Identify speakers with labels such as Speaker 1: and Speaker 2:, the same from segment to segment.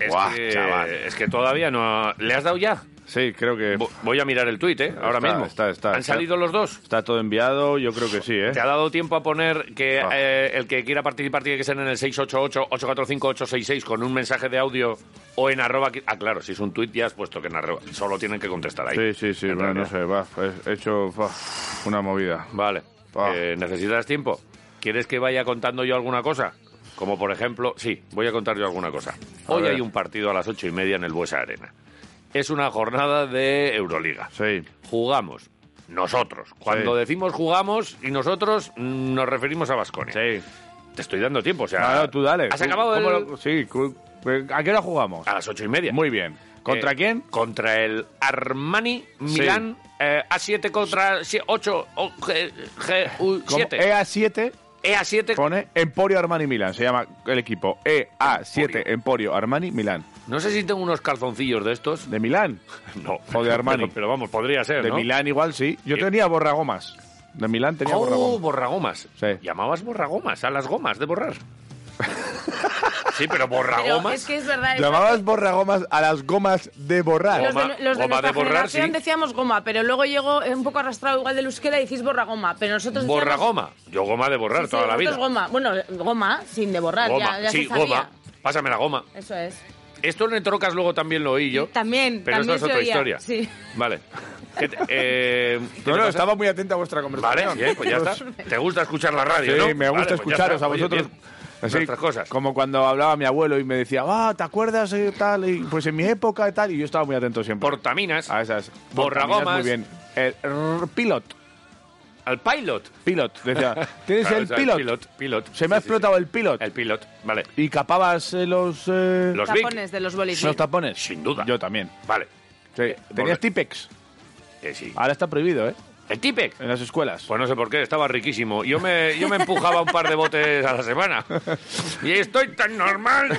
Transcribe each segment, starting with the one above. Speaker 1: Es,
Speaker 2: Guau,
Speaker 1: que,
Speaker 2: chaval.
Speaker 1: es que todavía no... ¿Le has dado ya?
Speaker 2: Sí, creo que
Speaker 1: Vo- Voy a mirar el tuit, ¿eh? Ahora
Speaker 2: Está,
Speaker 1: mismo.
Speaker 2: está, está,
Speaker 1: ¿Han
Speaker 2: está.
Speaker 1: salido los dos?
Speaker 2: está todo enviado, yo creo que sí, ¿eh?
Speaker 1: ¿Te ha dado tiempo a poner que
Speaker 2: Ah.
Speaker 1: eh, el que quiera participar tiene que ser en el 688-845-866 con un mensaje de audio o en arroba... qui- Ah, claro, si es un tuit ya has puesto que en arroba. Solo tienen que contestar ahí.
Speaker 2: Sí, sí, sí,
Speaker 1: En
Speaker 2: bueno, no
Speaker 1: realidad.
Speaker 2: sé, va, pues, he hecho va, una movida.
Speaker 1: Vale.
Speaker 2: Ah.
Speaker 1: Eh, ¿Necesitas tiempo? ¿Quieres que vaya contando yo alguna cosa? Como por ejemplo, sí, voy a contar yo alguna cosa.
Speaker 2: A
Speaker 1: Hoy
Speaker 2: ver.
Speaker 1: hay un partido a las ocho y media en el Buesa Arena. Es una jornada de Euroliga.
Speaker 2: Sí,
Speaker 1: Jugamos. Nosotros. Cuando
Speaker 2: Sí.
Speaker 1: decimos jugamos y nosotros mm, nos referimos a Vasconia.
Speaker 2: sí. Ah,
Speaker 1: Te estoy dando tiempo, o sea.
Speaker 2: No, no, tú dale.
Speaker 1: ¿Has
Speaker 2: Tú-
Speaker 1: acabado
Speaker 2: ¿cómo
Speaker 1: el-
Speaker 2: lo- Sí, cu- ¿a qué hora jugamos?
Speaker 1: a las ocho y media?
Speaker 2: Muy bien. ¿Contra
Speaker 1: Eh,
Speaker 2: quién?
Speaker 1: Contra el Armani Milán eh, A7 contra 8
Speaker 2: Como
Speaker 1: G7.
Speaker 2: EA7
Speaker 1: EA7
Speaker 2: E pone Emporio Armani Milán, se llama el equipo. EA7
Speaker 1: Emporio.
Speaker 2: Emporio Armani Milán.
Speaker 1: No sé si tengo unos calzoncillos de estos.
Speaker 2: ¿De Milán?
Speaker 1: No.
Speaker 2: O de Armani.
Speaker 1: Pero, pero vamos, podría ser,
Speaker 2: De
Speaker 1: ¿no?
Speaker 2: Milán igual sí. Yo
Speaker 1: Eh.
Speaker 2: tenía borragomas. De Milán tenía
Speaker 1: Oh,
Speaker 2: borragomas.
Speaker 1: borragomas.
Speaker 2: Sí.
Speaker 1: Llamabas borragomas a las gomas de borrar. sí, pero borragomas.
Speaker 3: Pero es que es verdad. es-
Speaker 2: Llamabas borragomas a las gomas de borrar.
Speaker 3: Los de,
Speaker 1: Goma-
Speaker 3: los de
Speaker 1: goma
Speaker 3: nuestra
Speaker 1: de borrar,
Speaker 3: generación
Speaker 1: sí.
Speaker 3: decíamos goma, pero luego llegó eh, un poco arrastrado igual del euskera y decís borra goma. Pero nosotros decíamos-
Speaker 1: Borragoma. Yo goma de
Speaker 3: Sí,
Speaker 1: borrar
Speaker 3: sí,
Speaker 1: toda la vida.
Speaker 3: nosotros goma. Bueno, goma, sin de borrar,
Speaker 1: Goma.
Speaker 3: ya, ya
Speaker 1: sí,
Speaker 3: se sabía.
Speaker 1: goma. Pásame la goma.
Speaker 3: Eso es.
Speaker 1: Esto en el Trocas luego también lo oí yo.
Speaker 3: También,
Speaker 1: Pero
Speaker 3: también
Speaker 1: eso es
Speaker 3: se
Speaker 1: otra
Speaker 3: oía,
Speaker 1: historia.
Speaker 3: sí.
Speaker 1: Vale. ¿Qué te- eh, ¿qué te
Speaker 2: No, no,
Speaker 1: pasa?
Speaker 2: estaba muy atenta a vuestra conversación.
Speaker 1: Vale, sí, eh, pues ya está. ¿Te gusta escuchar la radio,
Speaker 2: Sí,
Speaker 1: no?
Speaker 2: me gusta
Speaker 1: Vale, pues ya
Speaker 2: escucharos
Speaker 1: está.
Speaker 2: a
Speaker 1: Oye,
Speaker 2: vosotros.
Speaker 1: bien.
Speaker 2: Así,
Speaker 1: Nuestras cosas.
Speaker 2: Como cuando hablaba mi abuelo y me decía, ah, ¿te acuerdas eh, tal? Y, pues en mi época y tal. Y yo estaba muy atento siempre.
Speaker 1: Portaminas.
Speaker 2: a esas.
Speaker 1: Borragomas.
Speaker 2: Portaminas, Muy bien. El r- pilot.
Speaker 1: Al pilot.
Speaker 2: Pilot. Decía, ¿tienes
Speaker 1: Claro,
Speaker 2: el,
Speaker 1: o sea,
Speaker 2: pilot?
Speaker 1: pilot, pilot.
Speaker 2: Se me ha
Speaker 1: Sí, sí,
Speaker 2: explotado
Speaker 1: sí.
Speaker 2: el pilot.
Speaker 1: El pilot, vale.
Speaker 2: Y capabas eh, los, eh,
Speaker 1: Los Vic.
Speaker 3: Tapones de los bolis.
Speaker 2: los tapones.
Speaker 1: Sin duda. Eh,
Speaker 2: Yo también.
Speaker 1: Vale.
Speaker 2: Sí.
Speaker 1: volve-
Speaker 2: Tenías Tipex.
Speaker 1: Eh, sí.
Speaker 2: Ahora está prohibido, ¿eh?
Speaker 1: ¿El Tipec?
Speaker 2: En las escuelas.
Speaker 1: Pues no sé por qué, estaba riquísimo. Yo me, yo me empujaba un par de botes a la semana. Y estoy tan normal.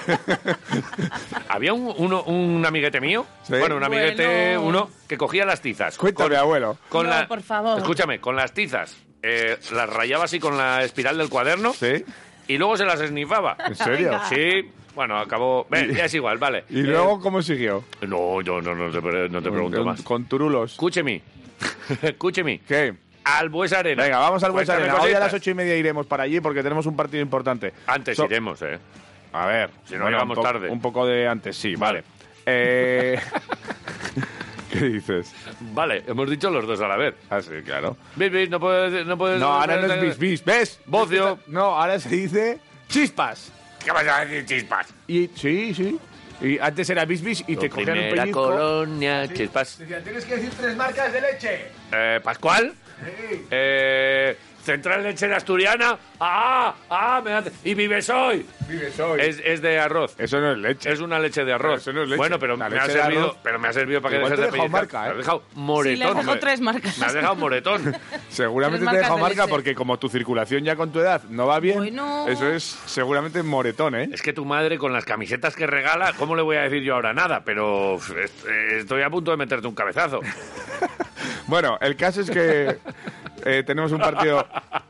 Speaker 1: Había un, uno- un amiguete mío,
Speaker 2: Sí.
Speaker 1: bueno, un amiguete,
Speaker 3: Bueno.
Speaker 1: uno, que cogía las tizas.
Speaker 2: Cuéntame, abuelo.
Speaker 1: Con
Speaker 3: No, por favor.
Speaker 1: Escúchame, con las tizas. eh, las rayaba así con la espiral del cuaderno
Speaker 2: ¿Sí?
Speaker 1: y luego se las esnifaba.
Speaker 2: ¿En serio?
Speaker 3: Venga.
Speaker 1: Sí, bueno, acabó... Ven, ya es igual, vale.
Speaker 2: ¿Y
Speaker 1: Eh,
Speaker 2: luego cómo siguió?
Speaker 1: No, yo no, no te, pre- no te pregunto
Speaker 2: con,
Speaker 1: más.
Speaker 2: con turulos.
Speaker 1: Escúcheme, escúcheme.
Speaker 2: ¿Qué?
Speaker 1: Al Bues Arena.
Speaker 2: Venga, vamos al Buesa
Speaker 1: Cuéntame
Speaker 2: Arena. Hoy a
Speaker 1: cositas.
Speaker 2: las ocho y media iremos para allí porque tenemos un partido importante.
Speaker 1: Antes
Speaker 2: So-
Speaker 1: iremos, ¿eh?
Speaker 2: A ver,
Speaker 1: Si no llegamos
Speaker 2: un po-
Speaker 1: tarde.
Speaker 2: Un poco de antes, sí,
Speaker 1: Vale.
Speaker 2: vale. Eh, ¿Qué dices?
Speaker 1: Vale, hemos dicho los dos a la vez.
Speaker 2: Ah, sí, claro.
Speaker 1: Bis, bis, no puedes... No, puedes,
Speaker 2: No, ahora no es bis bis, ¿ves?
Speaker 1: Bocio.
Speaker 2: No, ahora se dice chispas.
Speaker 1: ¿Qué vas a decir, chispas?
Speaker 2: Y sí, sí. Y antes era bis bis y te cogían un
Speaker 1: Primera
Speaker 2: pellizco.
Speaker 1: colonia, chispas.
Speaker 2: Tienes que decir tres marcas de leche.
Speaker 1: Eh, ¿Pascual? Eh, Central Lechera Asturiana. ¡Ah! ¡Ah! Me hace... ¡Y vives hoy!
Speaker 2: Vives hoy.
Speaker 1: Es, es de arroz.
Speaker 2: Eso no es leche.
Speaker 1: Es una leche de arroz.
Speaker 2: Pero eso no es leche.
Speaker 1: Bueno, pero
Speaker 2: La
Speaker 1: me, ha
Speaker 2: leche de
Speaker 1: servido,
Speaker 2: arroz.
Speaker 1: pero me ha servido para que
Speaker 2: Igual
Speaker 1: dejes
Speaker 2: te
Speaker 1: de
Speaker 2: he dejado
Speaker 1: pellizcar.
Speaker 2: marca, ¿eh?
Speaker 1: Me has dejado
Speaker 3: Sí,
Speaker 1: moretón.
Speaker 3: le has dejado
Speaker 1: hombre.
Speaker 3: tres marcas.
Speaker 1: Me has dejado moretón.
Speaker 2: Seguramente
Speaker 3: Tres
Speaker 2: te deja
Speaker 3: marcas de
Speaker 2: marca
Speaker 3: leche.
Speaker 2: porque como tu circulación ya con tu edad no va bien,
Speaker 3: Bueno.
Speaker 2: eso es seguramente moretón, ¿eh?
Speaker 1: Es que tu madre con las camisetas que regala, ¿cómo le voy a decir yo ahora nada? Pero uf, est- eh, estoy a punto de meterte un cabezazo.
Speaker 2: Bueno, el caso es que eh, tenemos un partido,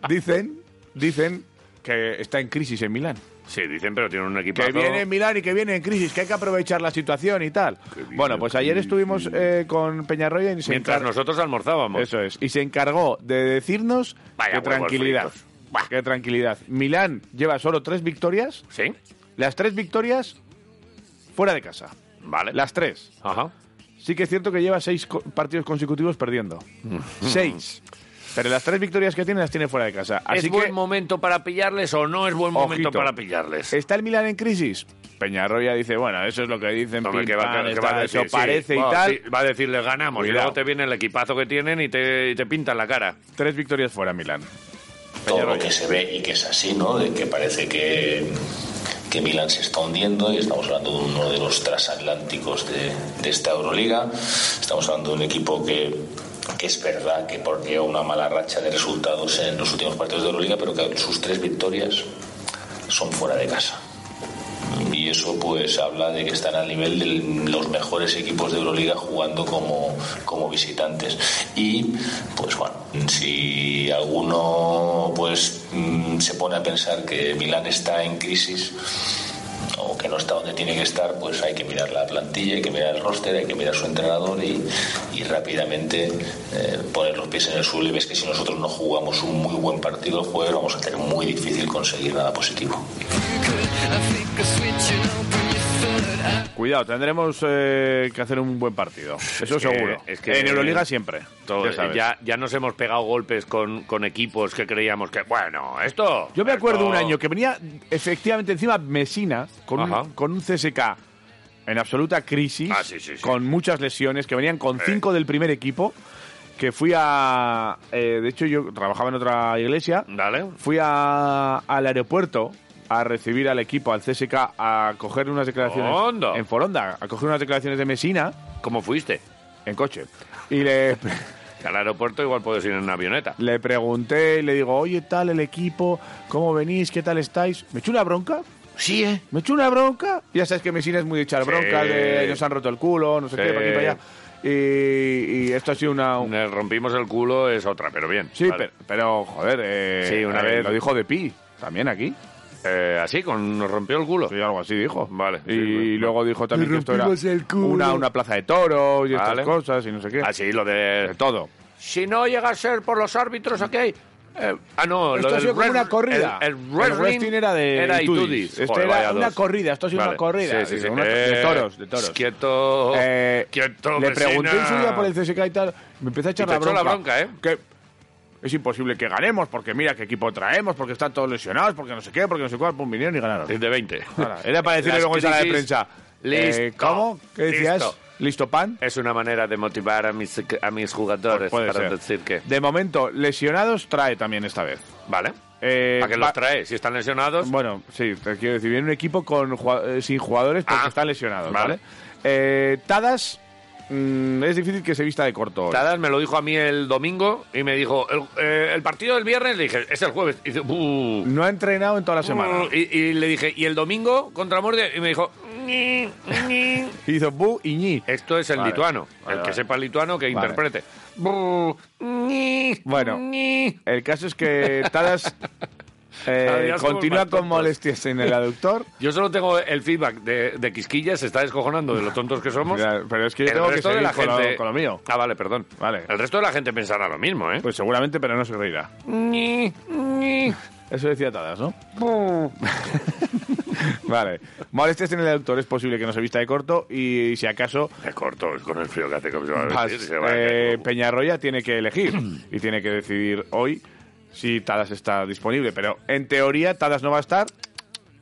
Speaker 2: dicen, dicen que está en crisis en Milán.
Speaker 1: Sí, dicen, pero tiene un equipo.
Speaker 2: Que viene en Milán y que viene en crisis, que hay que aprovechar la situación y tal.
Speaker 1: viene
Speaker 2: Bueno, pues ayer estuvimos eh, con Peñarroya y se,
Speaker 1: mientras
Speaker 2: encar-
Speaker 1: nosotros almorzábamos.
Speaker 2: eso es, y se encargó de decirnos
Speaker 1: Vaya
Speaker 2: que
Speaker 1: huevos
Speaker 2: tranquilidad.
Speaker 1: fritos. Buah.
Speaker 2: Que tranquilidad. Milán lleva solo tres victorias,
Speaker 1: ¿Sí?
Speaker 2: las tres victorias fuera de casa.
Speaker 1: Vale.
Speaker 2: Las tres.
Speaker 1: Ajá. Mm.
Speaker 2: Sí que es cierto que lleva seis co- partidos consecutivos perdiendo. seis. Pero las tres victorias que tiene las tiene fuera de casa. Así
Speaker 1: ¿Es
Speaker 2: que,
Speaker 1: buen momento para pillarles o no es buen momento
Speaker 2: ojito.
Speaker 1: para pillarles?
Speaker 2: ¿Está el Milan en crisis? Peñarroya dice, bueno, eso es lo que dicen,
Speaker 1: Hombre,
Speaker 2: pim,
Speaker 1: ¿qué va,
Speaker 2: pam,
Speaker 1: qué
Speaker 2: está,
Speaker 1: va a
Speaker 2: eso
Speaker 1: decir? Sí,
Speaker 2: parece y
Speaker 1: bueno,
Speaker 2: tal.
Speaker 1: sí, va a decir, les ganamos. Y
Speaker 2: Cuidado.
Speaker 1: luego te viene el equipazo que tienen y te, y te pintan la cara.
Speaker 2: Tres victorias fuera Milán.
Speaker 4: todo lo que se ve y que es así, ¿no? De que parece que, que Milan se está hundiendo y estamos hablando de uno de los transatlánticos de, de esta Euroliga. Estamos hablando de un equipo que, que es verdad que porque una mala racha de resultados en los últimos partidos de Euroliga, pero que sus tres victorias son fuera de casa. Y eso pues habla de que están al nivel de los mejores equipos de Euroliga jugando como, como visitantes. Y pues bueno, si alguno pues mm, se pone a pensar que Milán está en crisis o que no está donde tiene que estar, pues hay que mirar la plantilla, hay que mirar el roster, hay que mirar su entrenador y, y rápidamente eh, poner los pies en el suelo y ves que si nosotros no jugamos un muy buen partido el jueves vamos a tener muy difícil conseguir nada positivo.
Speaker 2: Cuidado, tendremos eh, que hacer un buen partido. Eso
Speaker 1: que-
Speaker 2: seguro.
Speaker 1: es que-
Speaker 2: en Euroliga siempre.
Speaker 1: Todo-
Speaker 2: ya sabes.
Speaker 1: ya, ya nos hemos pegado golpes con, con equipos que creíamos que, bueno, esto.
Speaker 2: Yo me acuerdo
Speaker 1: esto-
Speaker 2: un año que venía efectivamente encima Mesina con
Speaker 1: Ajá.
Speaker 2: un, con un CSK en absoluta crisis,
Speaker 1: Ah, sí, sí, sí.
Speaker 2: con muchas lesiones, que venían con cinco del primer equipo, que fui a... eh, de hecho, yo trabajaba en otra iglesia,
Speaker 1: Dale.
Speaker 2: fui a- al aeropuerto a recibir al equipo, al CSK, a coger unas declaraciones...
Speaker 1: Foronda.
Speaker 2: En Foronda, a coger unas declaraciones de Mesina
Speaker 1: ¿Cómo fuiste?
Speaker 2: en coche. Y le...
Speaker 1: Al aeropuerto igual puedes ir en una avioneta.
Speaker 2: Le pregunté y le digo, oye, tal el equipo, ¿cómo venís? ¿Qué tal estáis? Me echó una bronca.
Speaker 1: Sí, ¿eh?
Speaker 2: Me echó una bronca. Ya sabes que Mesina es muy de echar
Speaker 1: Sí.
Speaker 2: bronca, de nos han roto el culo, no sé
Speaker 1: Sí.
Speaker 2: qué, para aquí, para allá. Y, y esto ha sido una.
Speaker 1: Le Eh, rompimos el culo es otra, pero bien.
Speaker 2: sí,
Speaker 1: Vale.
Speaker 2: pero, pero, joder, eh,
Speaker 1: Sí, una
Speaker 2: eh,
Speaker 1: vez-
Speaker 2: Lo dijo de Pi, también aquí.
Speaker 1: Eh, así, con, nos rompió el culo.
Speaker 2: Sí, algo así dijo.
Speaker 1: Vale,
Speaker 2: Y
Speaker 1: sí, bueno.
Speaker 2: luego dijo también que esto era una, una plaza de toros y
Speaker 1: Vale.
Speaker 2: estas cosas y no sé qué.
Speaker 1: Así, lo
Speaker 2: De
Speaker 1: de.
Speaker 2: todo.
Speaker 1: Si no llega a ser por los árbitros, ok. Eh, ah, no, lo
Speaker 2: Esto ha
Speaker 1: del
Speaker 2: sido como
Speaker 1: red-
Speaker 2: una corrida.
Speaker 1: El, el
Speaker 2: El
Speaker 1: wrestling
Speaker 2: wrestling era de
Speaker 1: era
Speaker 2: Itudis.
Speaker 1: Itudis.
Speaker 2: Esto
Speaker 1: Joder,
Speaker 2: era
Speaker 1: vaya
Speaker 2: una
Speaker 1: dos.
Speaker 2: corrida, esto ha sido una corrida.
Speaker 1: Sí, sí,
Speaker 2: Sí,
Speaker 1: sí. Eh,
Speaker 2: una- de toros, de toros.
Speaker 1: Quieto,
Speaker 2: Eh,
Speaker 1: quieto,
Speaker 2: le pregunté en su
Speaker 1: vecina.
Speaker 2: día por el CSK y tal. Me empecé a echar
Speaker 1: Y te
Speaker 2: la
Speaker 1: echó
Speaker 2: bronca.
Speaker 1: la bronca, ¿eh?
Speaker 2: Que es imposible que ganemos porque mira qué equipo traemos, porque están todos lesionados, porque no sé qué, porque no sé cuál. Pum, vinieron y ganaron.
Speaker 1: De 20.
Speaker 2: Ahora, Era para decirle
Speaker 1: Las
Speaker 2: luego en sala de
Speaker 1: crisis,
Speaker 2: prensa.
Speaker 1: Listo.
Speaker 2: eh, ¿Cómo? ¿Qué decías?
Speaker 1: listo.
Speaker 2: ¿Listo pan?
Speaker 1: Es una manera de motivar a mis, a mis jugadores
Speaker 2: Pues Puede
Speaker 1: para
Speaker 2: ser.
Speaker 1: decir que.
Speaker 2: De momento, lesionados trae también esta vez.
Speaker 1: Vale.
Speaker 2: Eh,
Speaker 1: ¿Para qué
Speaker 2: va-
Speaker 1: los trae? Si están lesionados.
Speaker 2: Bueno, sí, te quiero decir, viene un equipo con, jua- eh, sin jugadores porque
Speaker 1: Ah,
Speaker 2: están lesionados,
Speaker 1: vale.
Speaker 2: ¿vale? Eh, Tadas, mm, es difícil que se vista de corto. hoy.
Speaker 1: Tadas me lo dijo a mí el domingo y me dijo: el, eh, el partido del viernes, le dije, es el jueves. Y dice, "Buh".
Speaker 2: No ha entrenado en toda
Speaker 1: Uh.
Speaker 2: la semana.
Speaker 1: Y, y le dije, ¿y el domingo contra Morde? Y me dijo, "Ñi, ñi".
Speaker 2: Hizo bu y ñi.
Speaker 1: esto es el
Speaker 2: Vale,
Speaker 1: lituano.
Speaker 2: vale,
Speaker 1: el que
Speaker 2: vale.
Speaker 1: sepa el lituano, que
Speaker 2: Vale.
Speaker 1: interprete. Bu, ñi,
Speaker 2: Bueno.
Speaker 1: ñi.
Speaker 2: El caso es que Tadas eh,
Speaker 1: Adiós, somos
Speaker 2: continúa
Speaker 1: más
Speaker 2: con
Speaker 1: tontos.
Speaker 2: molestias en el aductor.
Speaker 1: Yo solo tengo el feedback de, de Quisquilla, se está descojonando de lo tontos que somos.
Speaker 2: Mira, pero es que yo
Speaker 1: el
Speaker 2: tengo que
Speaker 1: resto de
Speaker 2: seguir
Speaker 1: la
Speaker 2: con, lo-
Speaker 1: gente.
Speaker 2: con lo mío.
Speaker 1: Ah, vale, perdón.
Speaker 2: Vale.
Speaker 1: El resto de la gente pensará lo mismo, ¿eh?
Speaker 2: Pues seguramente, pero no se reirá.
Speaker 1: Ñi, ñi.
Speaker 2: Eso decía Tadas, ¿no? vale. Molestias en el aductor es posible que no se vista de corto y si acaso
Speaker 1: Me corto con el frío que hace. ¿cómo se va a
Speaker 2: Vas,
Speaker 1: decir? Se va a
Speaker 2: eh,
Speaker 1: caer como-
Speaker 2: Peñarroya tiene que elegir y tiene que decidir hoy si Tadas está disponible. Pero en teoría Tadas no va a estar,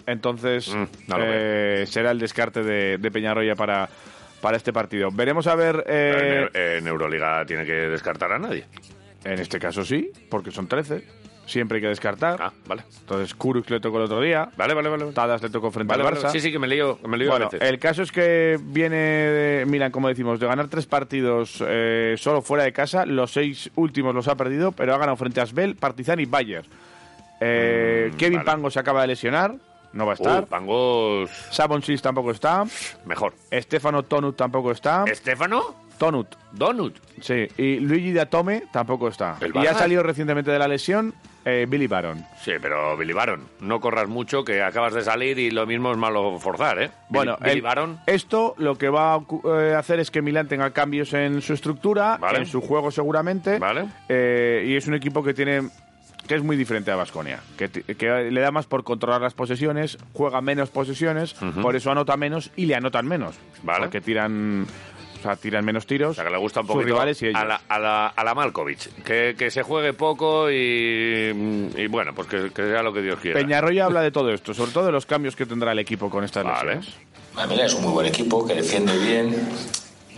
Speaker 2: entonces
Speaker 1: Mm, no lo
Speaker 2: eh, será el descarte de, de Peñarroya para, para este partido. Veremos a ver.
Speaker 1: Pero en
Speaker 2: eh,
Speaker 1: Eu- en, Euroliga tiene que descartar a nadie.
Speaker 2: en este caso sí, porque son 13. Siempre hay que descartar.
Speaker 1: Ah, vale.
Speaker 2: Entonces Kuruk le tocó el otro día.
Speaker 1: Vale, vale, vale.
Speaker 2: Tadas le tocó frente
Speaker 1: Vale,
Speaker 2: al
Speaker 1: vale,
Speaker 2: Barça.
Speaker 1: Sí, sí, que me lío, que me lío
Speaker 2: Bueno,
Speaker 1: a veces.
Speaker 2: el caso es que viene, de- mira, como decimos, de ganar tres partidos eh, solo fuera de casa, los seis últimos los ha perdido, pero ha ganado frente a Asbel, Partizan y Bayer. Eh, Kevin
Speaker 1: Mm, vale.
Speaker 2: Pango se acaba de lesionar, no va a estar.
Speaker 1: Uh, Pangos,
Speaker 2: Sabonsis tampoco está.
Speaker 1: mejor.
Speaker 2: Estefano Tonut tampoco está.
Speaker 1: Estefano
Speaker 2: Tonut,
Speaker 1: Donut.
Speaker 2: sí. Y Luigi Datome tampoco está.
Speaker 1: El
Speaker 2: Y ha
Speaker 1: Bajas.
Speaker 2: salido recientemente de la lesión eh, Billy Baron.
Speaker 1: Sí, pero Billy Baron, no corras mucho que acabas de salir y lo mismo es malo forzar, ¿eh? Billy-
Speaker 2: Bueno,
Speaker 1: Billy
Speaker 2: el-
Speaker 1: Baron,
Speaker 2: esto lo que va a ocu- eh, hacer es que Milán tenga cambios en su estructura,
Speaker 1: Vale.
Speaker 2: en su juego seguramente,
Speaker 1: Vale.
Speaker 2: eh, y es un equipo que tiene que es muy diferente a Vasconia, que, ti- que le da más por controlar las posesiones, juega menos posesiones, por eso anota menos y le anotan menos,
Speaker 1: Vale.
Speaker 2: porque tiran, o sea, sea, tiran menos tiros.
Speaker 1: O sea, que le gusta un
Speaker 2: sus
Speaker 1: poquito
Speaker 2: rivales y ellos.
Speaker 1: a, la, a, la, a la Malkovich. Que, que se juegue poco y, y bueno, pues que, que sea lo que Dios quiera.
Speaker 2: Peñarroya habla de todo esto, sobre todo de los cambios que tendrá el equipo con estas
Speaker 1: Vale.
Speaker 2: lesiones.
Speaker 4: Almería es un muy buen equipo que defiende bien.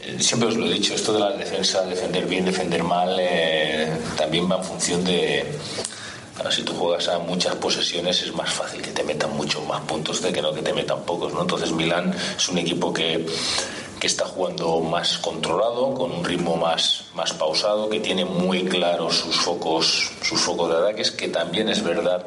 Speaker 4: Eh, Siempre os lo he dicho, esto de la defensa, defender bien, defender mal, eh, también va en función de. Ahora, si tú juegas a muchas posesiones, es más fácil que te metan muchos más puntos de que no que te metan pocos. ¿no? Entonces, Milán es un equipo que, que está jugando más controlado, con un ritmo más, más pausado, que tiene muy claro sus focos, sus focos de ataques, que también es verdad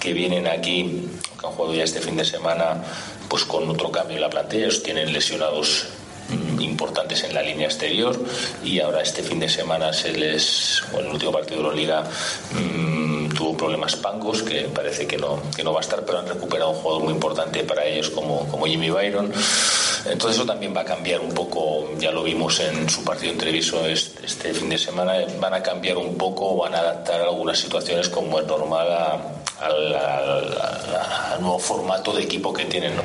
Speaker 4: que vienen aquí, que han jugado ya este fin de semana, pues con otro cambio en la plantilla, ellos tienen lesionados mm, importantes en la línea exterior y ahora este fin de semana se les, o en el último partido de la liga, mm, tuvo problemas Pangos, que parece que no, que no va a estar, pero han recuperado un jugador muy importante para ellos como, como Jimmy Byron. Entonces eso también va a cambiar un poco, ya lo vimos en su partido en Treviso este, este fin de semana, van a cambiar un poco, van a adaptar algunas situaciones como es normal a- al, al- al- al nuevo formato de equipo que tienen. ¿no?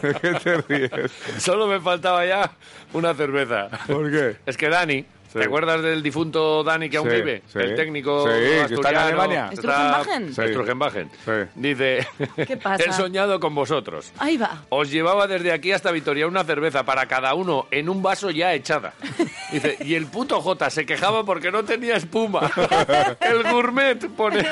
Speaker 2: ¿Qué te ríes?
Speaker 1: Solo me faltaba ya una cerveza.
Speaker 2: ¿Por qué?
Speaker 1: Es que Dani, ¿te acuerdas del difunto Dani que aún
Speaker 2: Sí,
Speaker 1: vive?
Speaker 2: sí.
Speaker 1: el técnico
Speaker 2: Sí, que está en
Speaker 1: asturiano.
Speaker 2: Alemania.
Speaker 3: ¿Strujgenbachen?
Speaker 1: está- Strujgenbachen.
Speaker 2: Sí.
Speaker 1: Dice,
Speaker 3: ¿Qué pasa?
Speaker 1: he soñado con vosotros.
Speaker 3: Ahí va.
Speaker 1: Os llevaba desde aquí hasta Vitoria una cerveza para cada uno en un vaso ya echada. Dice, y el puto J se quejaba porque no tenía espuma. El gourmet pone...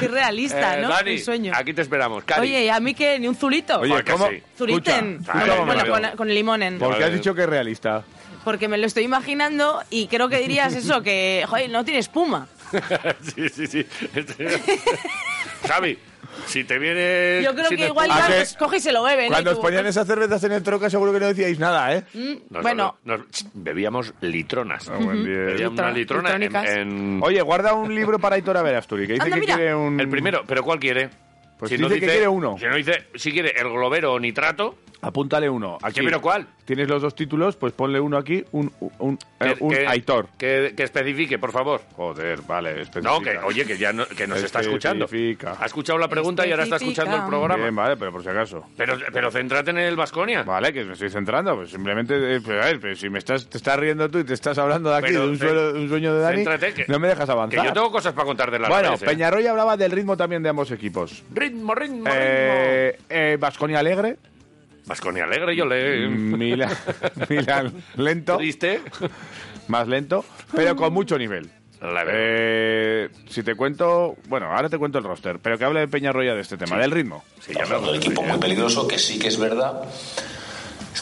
Speaker 3: Qué realista,
Speaker 1: Eh,
Speaker 3: ¿no?
Speaker 1: Dani,
Speaker 3: El sueño.
Speaker 1: aquí te esperamos. Cari.
Speaker 3: Oye, ¿y a mí que ni un zulito.
Speaker 2: Oye,
Speaker 1: Porque
Speaker 2: ¿cómo?
Speaker 1: sí.
Speaker 3: Zuriten.
Speaker 2: Escucha,
Speaker 1: Vale,
Speaker 2: ¿cómo me
Speaker 3: bueno,
Speaker 2: lo
Speaker 1: vale.
Speaker 3: con, con limonen.
Speaker 2: ¿Por qué has
Speaker 1: Vale.
Speaker 2: dicho que es realista?
Speaker 3: Porque me lo estoy imaginando y creo que dirías eso, que, joder, no tiene espuma.
Speaker 1: sí, sí, sí. Este- Javi, si te vienes...
Speaker 3: Yo creo
Speaker 1: sin
Speaker 3: que igual
Speaker 1: espuma-
Speaker 3: ya
Speaker 2: ¿A qué?
Speaker 3: pues, coge y se lo bebe, ¿no?
Speaker 2: Cuando
Speaker 3: Y
Speaker 2: os
Speaker 3: tú,
Speaker 2: ponían esas cervezas en el troca seguro que no decíais nada, ¿eh?
Speaker 1: Nos-
Speaker 3: Bueno.
Speaker 1: nos- nos- ch, bebíamos litronas.
Speaker 2: Bien.
Speaker 1: Bebíamos una
Speaker 3: Litra-
Speaker 1: litrona en,
Speaker 3: litrónicas.
Speaker 1: en-
Speaker 2: Oye, guarda un libro para Aitor Averasturi, que dice
Speaker 3: Anda,
Speaker 2: que
Speaker 3: mira.
Speaker 2: quiere un...
Speaker 1: el primero. ¿Pero cuál quiere?
Speaker 2: Pues
Speaker 1: nos
Speaker 2: dice que quiere uno.
Speaker 1: Si no dice, si quiere el globero o nitrato,
Speaker 2: Apúntale uno. Aquí.
Speaker 1: pero ¿cuál?
Speaker 2: Tienes los dos títulos, pues ponle uno aquí, un, un, eh, un Aitor.
Speaker 1: Que, que especifique, por favor.
Speaker 2: Joder, vale.
Speaker 1: No,
Speaker 2: especifica.
Speaker 1: que, oye, que ya no- que nos está escuchando.
Speaker 2: Especifica.
Speaker 1: Ha escuchado la pregunta y ahora está
Speaker 3: Especifica.
Speaker 1: escuchando el programa.
Speaker 2: Bien, vale, pero por si acaso.
Speaker 1: Pero, pero céntrate en el Vasconia.
Speaker 2: Vale, que me estoy centrando, pues simplemente, eh, pues, a ver, pues, si me estás, te estás riendo tú y te estás hablando de aquí,
Speaker 1: Pero
Speaker 2: de un,
Speaker 1: ce-
Speaker 2: suelo- un sueño de Dani,
Speaker 1: céntrate, que-
Speaker 2: no me dejas
Speaker 1: Que
Speaker 2: avanzar.
Speaker 1: yo tengo cosas para contar de la
Speaker 2: bueno,
Speaker 1: Alavés, ¿eh?
Speaker 2: Peñarroya hablaba del ritmo también de ambos equipos.
Speaker 1: Ritmo, ritmo, ritmo.
Speaker 2: Eh, eh, Baskonia alegre,
Speaker 1: Vasconia alegre, yo le.
Speaker 2: Milán, Milán lento,
Speaker 1: Triste.
Speaker 2: más lento, pero con mucho nivel.
Speaker 1: La verdad.
Speaker 2: Eh, si te cuento, bueno, ahora te cuento el roster, pero que hable de Peñarroya de este tema, del ritmo.
Speaker 1: Sí, ya
Speaker 4: Estamos
Speaker 1: me
Speaker 4: hablando de un equipo muy peligroso, que sí que es verdad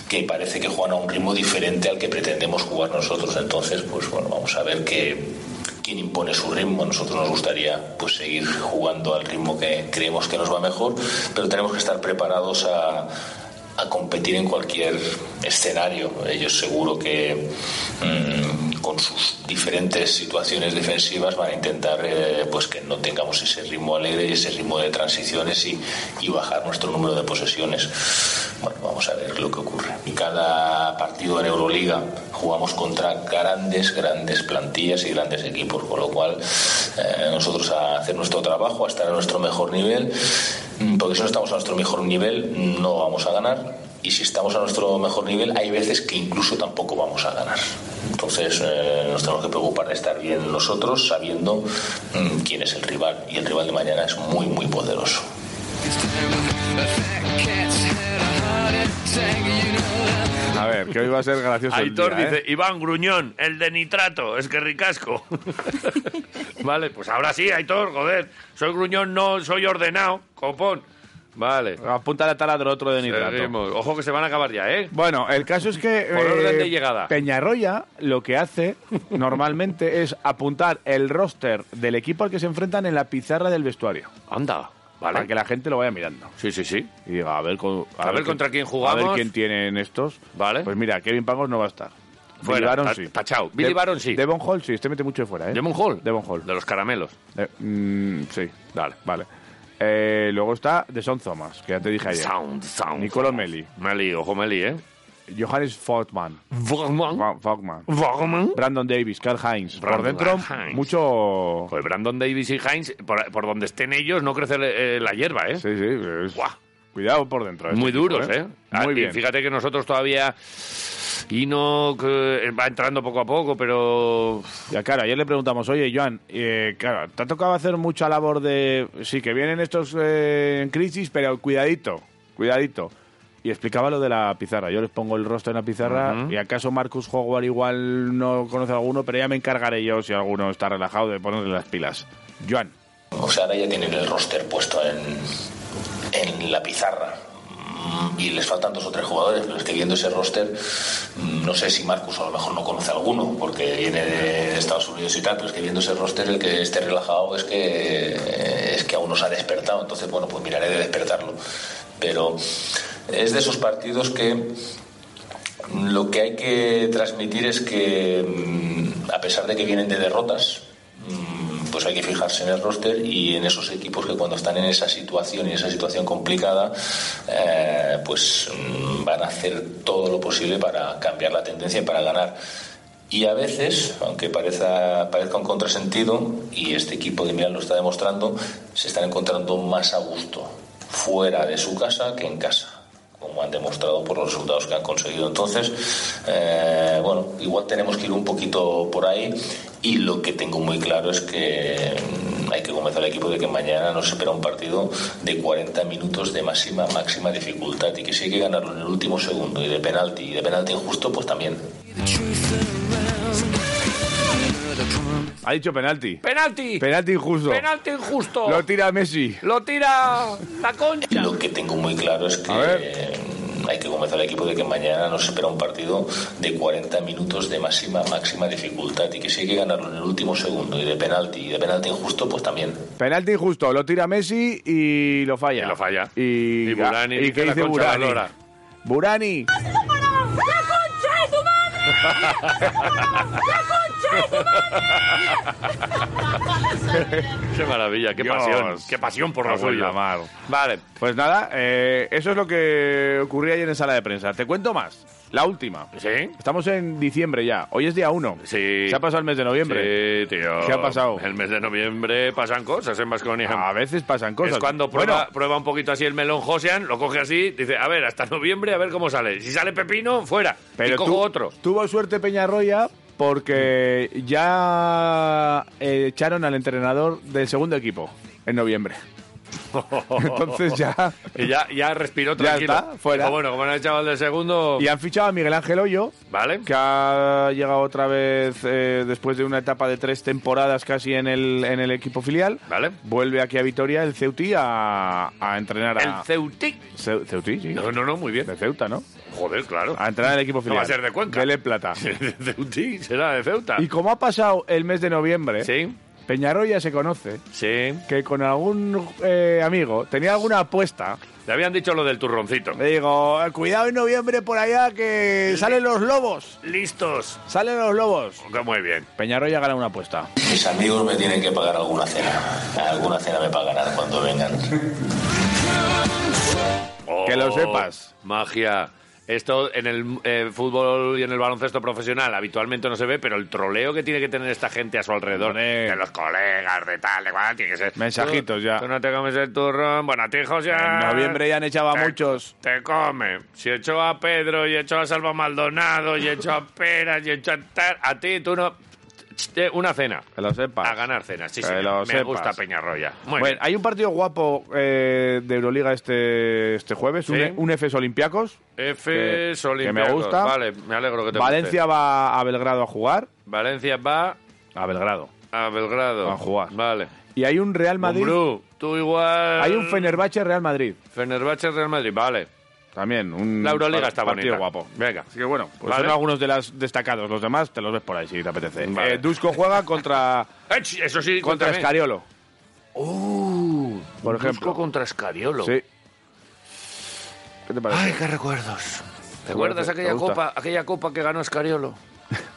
Speaker 4: que parece que juegan a un ritmo diferente al que pretendemos jugar nosotros. Entonces, pues bueno, vamos a ver que, quién impone su ritmo. A nosotros nos gustaría pues seguir jugando al ritmo que creemos que nos va mejor, pero tenemos que estar preparados a, a competir en cualquier escenario. Ellos seguro que mm, con sus diferentes situaciones defensivas van a intentar eh, pues que no tengamos ese ritmo alegre y ese ritmo de transiciones y, y bajar nuestro número de posesiones. Bueno, vamos a ver lo que ocurre. Y cada partido en Euroliga jugamos contra grandes, grandes plantillas y grandes equipos, con lo cual eh, nosotros a hacer nuestro trabajo, a estar a nuestro mejor nivel, mm, porque si no estamos a nuestro mejor nivel no vamos a ganar y si estamos a nuestro mejor nivel, hay veces que incluso tampoco vamos a ganar. Entonces eh, nos tenemos que preocupar de estar bien nosotros, sabiendo mm, quién es el rival. Y el rival de mañana es muy, muy poderoso.
Speaker 2: A ver, que hoy va a ser gracioso. el
Speaker 1: Aitor
Speaker 2: día, ¿eh?
Speaker 1: dice, Iván Gruñón, el de nitrato, es que ricasco. vale, pues ahora sí, Aitor, joder. Soy Gruñón, no, soy ordenado, copón. Vale,
Speaker 2: Apunta la taladro otro de nitrato.
Speaker 1: seguimos. Ojo que se van a acabar ya, ¿eh?
Speaker 2: Bueno, el caso es que eh,
Speaker 1: Por orden de llegada.
Speaker 2: Peñarroya lo que hace normalmente es apuntar el roster del equipo al que se enfrentan en la pizarra del vestuario.
Speaker 1: Anda,
Speaker 2: Para que
Speaker 1: vale.
Speaker 2: la gente lo vaya mirando.
Speaker 1: Sí, sí, sí.
Speaker 2: Y diga, a ver, con-
Speaker 1: A ver contra quién jugamos.
Speaker 2: A ver quién tienen estos.
Speaker 1: Vale.
Speaker 2: Pues mira, Kevin Pangos no va a estar.
Speaker 1: Fuera,
Speaker 2: Billy Baron
Speaker 1: pa-
Speaker 2: sí.
Speaker 1: pachao. Billy
Speaker 2: De-
Speaker 1: Baron sí.
Speaker 2: Devon Hall sí, este mete mucho de fuera, ¿eh?
Speaker 1: Demon Hall.
Speaker 2: Devon Hall.
Speaker 1: De los caramelos.
Speaker 2: Eh, mm, sí, dale, vale. Eh, luego está The Son Thomas, que ya te dije ayer.
Speaker 1: Sound, sound.
Speaker 2: Nicolo Meli.
Speaker 1: Meli, ojo Meli, ¿eh?
Speaker 2: Johannes Faultman.
Speaker 1: Vogman.
Speaker 2: Fa- Faultman.
Speaker 1: Vogman.
Speaker 2: Brandon Davis, Carl Heinz. Por
Speaker 1: Brandon
Speaker 2: dentro,
Speaker 1: Heinz.
Speaker 2: mucho.
Speaker 1: Joder, Brandon Davis y Heinz, por, por donde estén ellos, no crece eh, la hierba, ¿eh?
Speaker 2: Sí, sí. es-
Speaker 1: Guau.
Speaker 2: Cuidado por dentro. este
Speaker 1: Muy
Speaker 2: equipo,
Speaker 1: duros, ¿eh? Ah,
Speaker 2: Muy
Speaker 1: y
Speaker 2: bien.
Speaker 1: Fíjate que nosotros todavía. Enoch eh, va entrando poco a poco, pero.
Speaker 2: Ya, claro, ayer le preguntamos, oye, Joan, eh, claro, te ha tocado hacer mucha labor de. Sí, que vienen estos eh, en crisis, pero cuidadito, cuidadito. Y explicaba lo de la pizarra. Yo les pongo el rostro en la pizarra y acaso Marcus Howard igual no conoce a alguno, pero ya me encargaré yo si alguno está relajado de ponerle las pilas. Joan,
Speaker 4: O sea, ahora ya tienen el roster puesto en, en la pizarra. Mm, Y les faltan dos o tres jugadores, pero es que viendo ese roster, mm, no sé si Marcus a lo mejor no conoce a alguno, porque viene de Estados Unidos y tal, pero es que viendo ese roster el que esté relajado es que, es que aún no se ha despertado, entonces bueno, pues miraré de despertarlo. Pero es de esos partidos que lo que hay que transmitir es que, mm, a pesar de que vienen de derrotas, mm, pues hay que fijarse en el roster y en esos equipos que cuando están en esa situación y esa situación complicada, eh, pues mm, van a hacer todo lo posible para cambiar la tendencia y para ganar. Y a veces, aunque parezca, parezca un contrasentido, y este equipo de Milán lo está demostrando, se están encontrando más a gusto fuera de su casa que en casa como han demostrado por los resultados que han conseguido. Entonces, eh, bueno, igual tenemos que ir un poquito por ahí y lo que tengo muy claro es que mm, hay que comenzar el equipo de que mañana nos espera un partido de 40 minutos de máxima, máxima dificultad y que si hay que ganarlo en el último segundo y de penalti y de penalti injusto, pues también.
Speaker 2: ha dicho penalti.
Speaker 1: ¡Penalti!
Speaker 2: Penalti injusto.
Speaker 1: ¡Penalti injusto!
Speaker 2: Lo tira Messi.
Speaker 1: Lo tira la
Speaker 4: Y
Speaker 1: concha.
Speaker 4: Lo que tengo muy claro es que
Speaker 2: A ver.
Speaker 4: eh, hay que comenzar el equipo de que mañana nos espera un partido de 40 minutos de máxima, máxima dificultad y que si hay que ganarlo en el último segundo y de penalti y de penalti injusto, pues también.
Speaker 2: Penalti injusto, lo tira Messi y lo falla.
Speaker 1: Y lo falla.
Speaker 2: Y,
Speaker 1: Y Burani
Speaker 2: ¿Y
Speaker 1: dice
Speaker 2: qué
Speaker 1: la
Speaker 2: dice
Speaker 1: concha
Speaker 2: Burani?
Speaker 1: valora.
Speaker 2: Burani.
Speaker 1: ¡Qué maravilla! ¡Qué
Speaker 2: Dios.
Speaker 1: pasión! ¡Qué pasión por
Speaker 2: Me
Speaker 1: lo
Speaker 2: voy a
Speaker 1: suyo!
Speaker 2: llamar.
Speaker 1: Vale.
Speaker 2: Pues nada, eh, eso es lo que ocurría ayer en sala de prensa. Te cuento más. La última.
Speaker 1: ¿Sí?
Speaker 2: Estamos en diciembre ya. Hoy es día 1.
Speaker 1: Sí.
Speaker 2: Se ha pasado el mes de noviembre.
Speaker 1: Sí, tío.
Speaker 2: ¿Qué ha pasado?
Speaker 1: El mes de noviembre pasan cosas en Vasconia.
Speaker 2: A veces pasan cosas.
Speaker 1: Es cuando prueba, prueba un poquito así el melón Josean, lo coge así, dice, a ver, hasta noviembre, a ver cómo sale. Si sale pepino, fuera.
Speaker 2: Pero
Speaker 1: y cojo
Speaker 2: tú-
Speaker 1: otro.
Speaker 2: Tuvo suerte Peñarroya porque ya eh, echaron al entrenador del segundo equipo en noviembre. Entonces ya.
Speaker 1: Y ya, ya respiró
Speaker 2: Ya
Speaker 1: tranquilo.
Speaker 2: está, fuera.
Speaker 1: Dijo, bueno, como no echado al del segundo...
Speaker 2: Y han fichado a Miguel Ángel Hoyo,
Speaker 1: ¿Vale?
Speaker 2: que ha llegado otra vez eh, después de una etapa de tres temporadas casi en el, en el equipo filial.
Speaker 1: ¿Vale?
Speaker 2: Vuelve aquí a Vitoria el Ceuti a, a entrenar a.
Speaker 1: El Ceutí.
Speaker 2: Ceu- Ceutí, sí.
Speaker 1: No, no, no, muy bien.
Speaker 2: De Ceuta, ¿no?
Speaker 1: Joder, claro.
Speaker 2: A entrenar al equipo
Speaker 1: No
Speaker 2: filial.
Speaker 1: va a ser de Cuenca.
Speaker 2: Del E Plata.
Speaker 1: Ceutí será de Ceuta.
Speaker 2: Y como ha pasado el mes de noviembre,
Speaker 1: Sí,
Speaker 2: Peñarroya se conoce
Speaker 1: sí.
Speaker 2: que con algún eh, amigo tenía alguna apuesta.
Speaker 1: Le habían dicho lo del turroncito.
Speaker 2: Le digo, "Eh, cuidado en noviembre por allá que salen los lobos.
Speaker 1: Listos.
Speaker 2: Salen los lobos.
Speaker 1: Ok, Muy bien.
Speaker 2: Peñarroya gana una apuesta.
Speaker 4: Mis amigos me tienen que pagar alguna cena. Alguna cena me pagarán cuando vengan.
Speaker 2: Que lo
Speaker 1: Oh,
Speaker 2: sepas.
Speaker 1: Magia. Esto en el eh, fútbol y en el baloncesto profesional habitualmente no se ve, pero el troleo que tiene que tener esta gente a su alrededor,
Speaker 2: Hombre.
Speaker 1: de los colegas, de tal, de cual, tiene que ser.
Speaker 2: Mensajitos
Speaker 1: Tú-
Speaker 2: ya.
Speaker 1: Tú no te comes el turrón, bueno, a ti, José.
Speaker 2: En noviembre ya han echado a
Speaker 1: te-
Speaker 2: muchos.
Speaker 1: Te come. Si echó a Pedro y echó a Salva Maldonado y echó a Peras y echó a tal, a ti tú no. Eh, Una cena.
Speaker 2: Que lo sepas.
Speaker 1: A ganar cenas, sí,
Speaker 2: Ah. Que
Speaker 1: sí.
Speaker 2: lo
Speaker 1: Me
Speaker 2: sepas.
Speaker 1: gusta Peñarroya. Muy
Speaker 2: Bueno,
Speaker 1: bien.
Speaker 2: hay un partido guapo eh, de Euroliga este, este jueves,
Speaker 1: Sí.
Speaker 2: un, un FS Olympiacos.
Speaker 1: F.
Speaker 2: que
Speaker 1: Solímpico.
Speaker 2: me gusta.
Speaker 1: Vale, me alegro que te guste.
Speaker 2: Valencia va a Belgrado a jugar.
Speaker 1: Valencia va
Speaker 2: A Belgrado.
Speaker 1: a Belgrado.
Speaker 2: A jugar.
Speaker 1: Vale.
Speaker 2: Y hay un Real Madrid.
Speaker 1: Mumbrú, tú igual.
Speaker 2: Hay un Fenerbahce Real Madrid.
Speaker 1: Fenerbahce Real Madrid, vale.
Speaker 2: También. Un
Speaker 1: La Euroliga
Speaker 2: par-
Speaker 1: está
Speaker 2: partido
Speaker 1: bonita.
Speaker 2: guapo.
Speaker 1: Venga.
Speaker 2: Así que bueno, pues
Speaker 1: Vale.
Speaker 2: son algunos de los destacados. Los demás te los ves por ahí si te apetece.
Speaker 1: Vale.
Speaker 2: Eh, Dusko juega contra,
Speaker 1: Ech, Eso sí,
Speaker 2: contra
Speaker 1: cuéntame.
Speaker 2: Escariolo.
Speaker 1: Uh,
Speaker 2: Por
Speaker 1: Dusko
Speaker 2: ejemplo.
Speaker 1: contra Escariolo.
Speaker 2: Sí. ¿Qué te parece?
Speaker 1: Ay, qué recuerdos. ¿Te acuerdas
Speaker 2: ¿Te
Speaker 1: aquella
Speaker 2: gusta?
Speaker 1: copa, aquella copa que ganó Escariolo?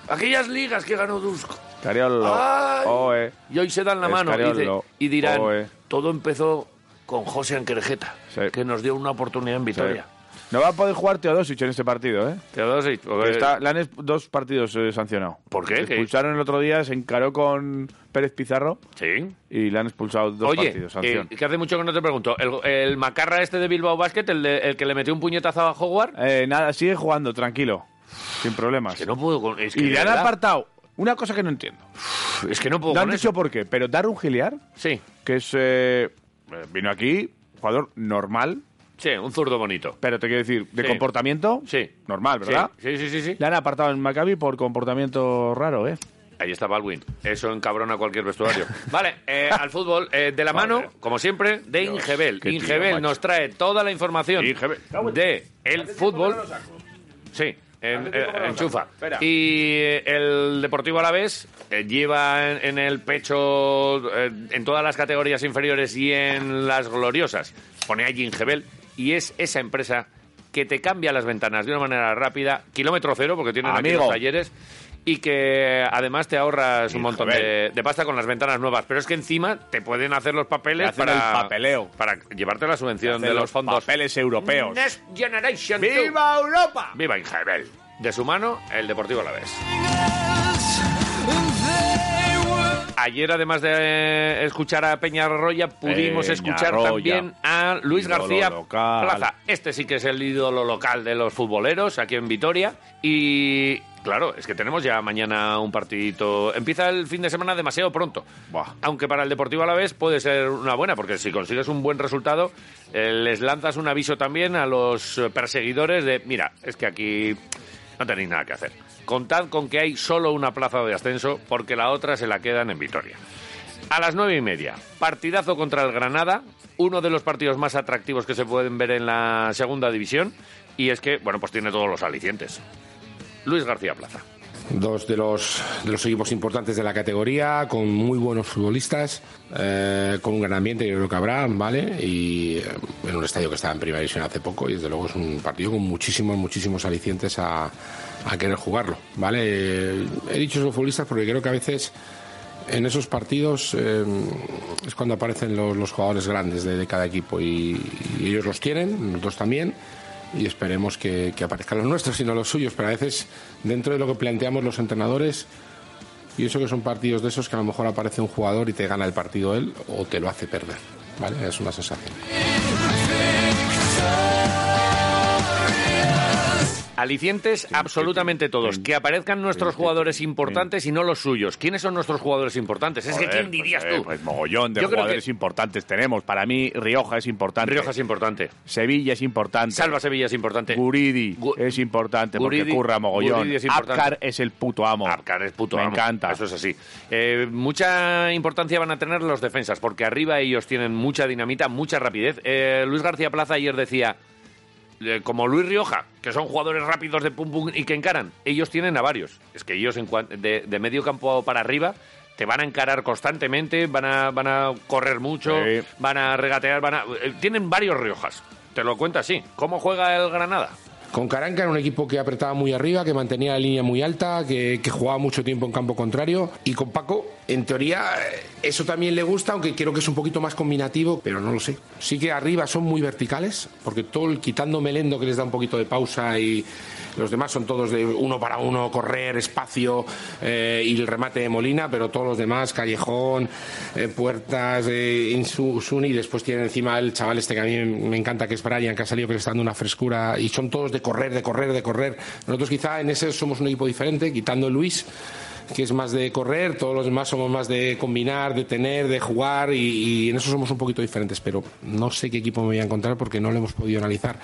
Speaker 1: Aquellas ligas que ganó Dusko.
Speaker 2: Escariolo.
Speaker 1: Ay.
Speaker 2: Oe.
Speaker 1: Y hoy se dan la mano y,
Speaker 2: Escariolo.
Speaker 1: di- y dirán,
Speaker 2: Oe.
Speaker 1: todo empezó con José Anquerjeta,
Speaker 2: Sí.
Speaker 1: que nos dio una oportunidad en Vitoria.
Speaker 2: Sí. No va a poder jugar Teodosic en este partido, ¿eh?
Speaker 1: Teodosic, porque-
Speaker 2: Que está- le han es- dos partidos eh, sancionado.
Speaker 1: Pues- ¿Por qué?
Speaker 2: Le
Speaker 1: ¿Qué?
Speaker 2: expulsaron el otro día, se encaró con Pérez Pizarro
Speaker 1: Sí.
Speaker 2: y le han expulsado dos
Speaker 1: Oye,
Speaker 2: partidos.
Speaker 1: eh,
Speaker 2: Sanción.
Speaker 1: que hace mucho que no te pregunto. El, el macarra este de Bilbao Basket, el, de- el que le metió un puñetazo a Howard,
Speaker 2: Eh, nada, sigue jugando, tranquilo, sin problemas.
Speaker 1: que no puedo con. Es que,
Speaker 2: y
Speaker 1: de
Speaker 2: le han
Speaker 1: verdad,
Speaker 2: apartado. Una cosa que no entiendo.
Speaker 1: es que no puedo
Speaker 2: No han
Speaker 1: con
Speaker 2: dicho
Speaker 1: eso.
Speaker 2: por qué, pero Darun Giliar,
Speaker 1: Sí,
Speaker 2: que es. eh, vino aquí, jugador normal,
Speaker 1: sí, un zurdo bonito.
Speaker 2: pero te quiero decir, de
Speaker 1: Sí.
Speaker 2: comportamiento
Speaker 1: Sí.
Speaker 2: normal,
Speaker 1: Sí,
Speaker 2: ¿verdad?
Speaker 1: Sí, sí, sí. sí.
Speaker 2: Le han apartado en Maccabi por comportamiento raro, ¿eh?
Speaker 1: Ahí está Baldwin. Eso encabrona cualquier vestuario. vale, eh, al fútbol, eh, de la mano, como siempre, de Ingebel.
Speaker 2: qué tío,
Speaker 1: Ingebel
Speaker 2: macho.
Speaker 1: nos trae toda la información
Speaker 2: Ingebel.
Speaker 1: de el fútbol. Sí, en- eh, enchufa. Y eh, el Deportivo Alavés eh, lleva en, en el pecho, eh, en todas las categorías inferiores y en las gloriosas, pone ahí Ingebel, y es esa empresa que te cambia las ventanas de una manera rápida, kilómetro cero, porque tienen aquí los
Speaker 2: Amigo.
Speaker 1: talleres, y que eh, además te ahorras un montón de,
Speaker 2: Ingebel.
Speaker 1: de pasta con las ventanas nuevas. Pero es que encima te pueden hacer los papeles
Speaker 2: Te hacen
Speaker 1: para,
Speaker 2: el papeleo.
Speaker 1: para llevarte la subvención de
Speaker 2: Hacen
Speaker 1: los fondos. Mm,
Speaker 2: papeles europeos.
Speaker 1: Next Generation two.
Speaker 2: ¡Viva Europa!
Speaker 1: Viva Ingebel. De su mano, el Deportivo Alavés. Ayer, además de eh, escuchar a Peñarroya, pudimos escuchar
Speaker 2: Peñarroya.
Speaker 1: también a Luis
Speaker 2: Ídolo
Speaker 1: García
Speaker 2: local.
Speaker 1: Plaza. Este sí que es el ídolo local de los futboleros aquí en Vitoria. Y claro, es que tenemos ya mañana un partidito. Empieza el fin de semana demasiado pronto.
Speaker 2: Buah.
Speaker 1: Aunque para el Deportivo Alavés puede ser una buena, porque si consigues un buen resultado, eh, les lanzas un aviso también a los eh, perseguidores de, mira, es que aquí no tenéis nada que hacer. Contad con que hay solo una plaza de ascenso, porque la otra se la quedan en Vitoria. A las nueve y media, partidazo contra el Granada, uno de los partidos más atractivos que se pueden ver en la segunda división, y es que, bueno, pues tiene todos los alicientes. Luis García Plaza.
Speaker 5: dos de los, de los equipos importantes de la categoría, con muy buenos futbolistas, eh, con un gran ambiente, yo creo que habrá, ¿vale? Y eh, en un estadio que estaba en primera división hace poco, y desde luego es un partido con muchísimos, muchísimos alicientes a, a querer jugarlo, ¿vale? Eh, He dicho esos futbolistas porque creo que a veces en esos partidos eh, es cuando aparecen los, los jugadores grandes de, de cada equipo y, y ellos los tienen, nosotros también, y esperemos que, que aparezcan los nuestros y no los suyos, pero a veces dentro de lo que planteamos los entrenadores, y eso que son partidos de esos que a lo mejor aparece un jugador y te gana el partido él o te lo hace perder, ¿vale? Es una sensación.
Speaker 1: Alicientes absolutamente todos. que aparezcan nuestros jugadores importantes y no los suyos. ¿Quiénes son nuestros jugadores importantes? es que,
Speaker 2: Joder,
Speaker 1: ¿quién dirías
Speaker 2: pues, eh,
Speaker 1: tú?
Speaker 2: Pues mogollón de
Speaker 1: Yo creo
Speaker 2: jugadores
Speaker 1: que-
Speaker 2: importantes tenemos. Para mí, Rioja es importante.
Speaker 1: Rioja es importante.
Speaker 2: Sevilla es importante.
Speaker 1: Salva Sevilla es importante.
Speaker 2: Guridi
Speaker 1: Gu-
Speaker 2: es importante
Speaker 1: Guridi-
Speaker 2: porque curra mogollón.
Speaker 1: Guridi es importante.
Speaker 2: Apcar es el puto amo.
Speaker 1: Apcar es puto
Speaker 2: Me
Speaker 1: amo.
Speaker 2: encanta.
Speaker 1: Eso es así. Eh, mucha importancia van a tener los defensas, porque arriba ellos tienen mucha dinamita, mucha rapidez. Eh, Luis García Plaza ayer decía, eh, como Luis Rioja, que son jugadores rápidos de pum pum y que encaran, ellos tienen a varios. Es que ellos en cuan- de, de medio campo para arriba te van a encarar constantemente, van a, van a correr mucho,
Speaker 2: Sí.
Speaker 1: van a regatear, van a... eh, tienen varios Riojas. Te lo cuento así. ¿Cómo juega el Granada?
Speaker 5: Con Caranca era un equipo que apretaba muy arriba, que mantenía la línea muy alta, que, que jugaba mucho tiempo en campo contrario. Y con Paco, en teoría, eh, eso también le gusta, aunque creo que es un poquito más combinativo, pero no lo sé. Sí que arriba son muy verticales, porque todo el- quitando Melendo que les da un poquito de pausa y los demás son todos de uno para uno, correr, espacio eh, y el remate de Molina, pero todos los demás, Callejón, eh, Puertas, eh, Insu- Suni, y después tienen encima el chaval este que a mí me encanta, que es Brian, que ha salido que le está dando una frescura, y son todos de correr, de correr, de correr. Nosotros quizá en ese somos un equipo diferente, quitando Luis, que es más de correr, todos los demás somos más de combinar, de tener, de jugar, y, y en eso somos un poquito diferentes, pero no sé qué equipo me voy a encontrar porque no lo hemos podido analizar.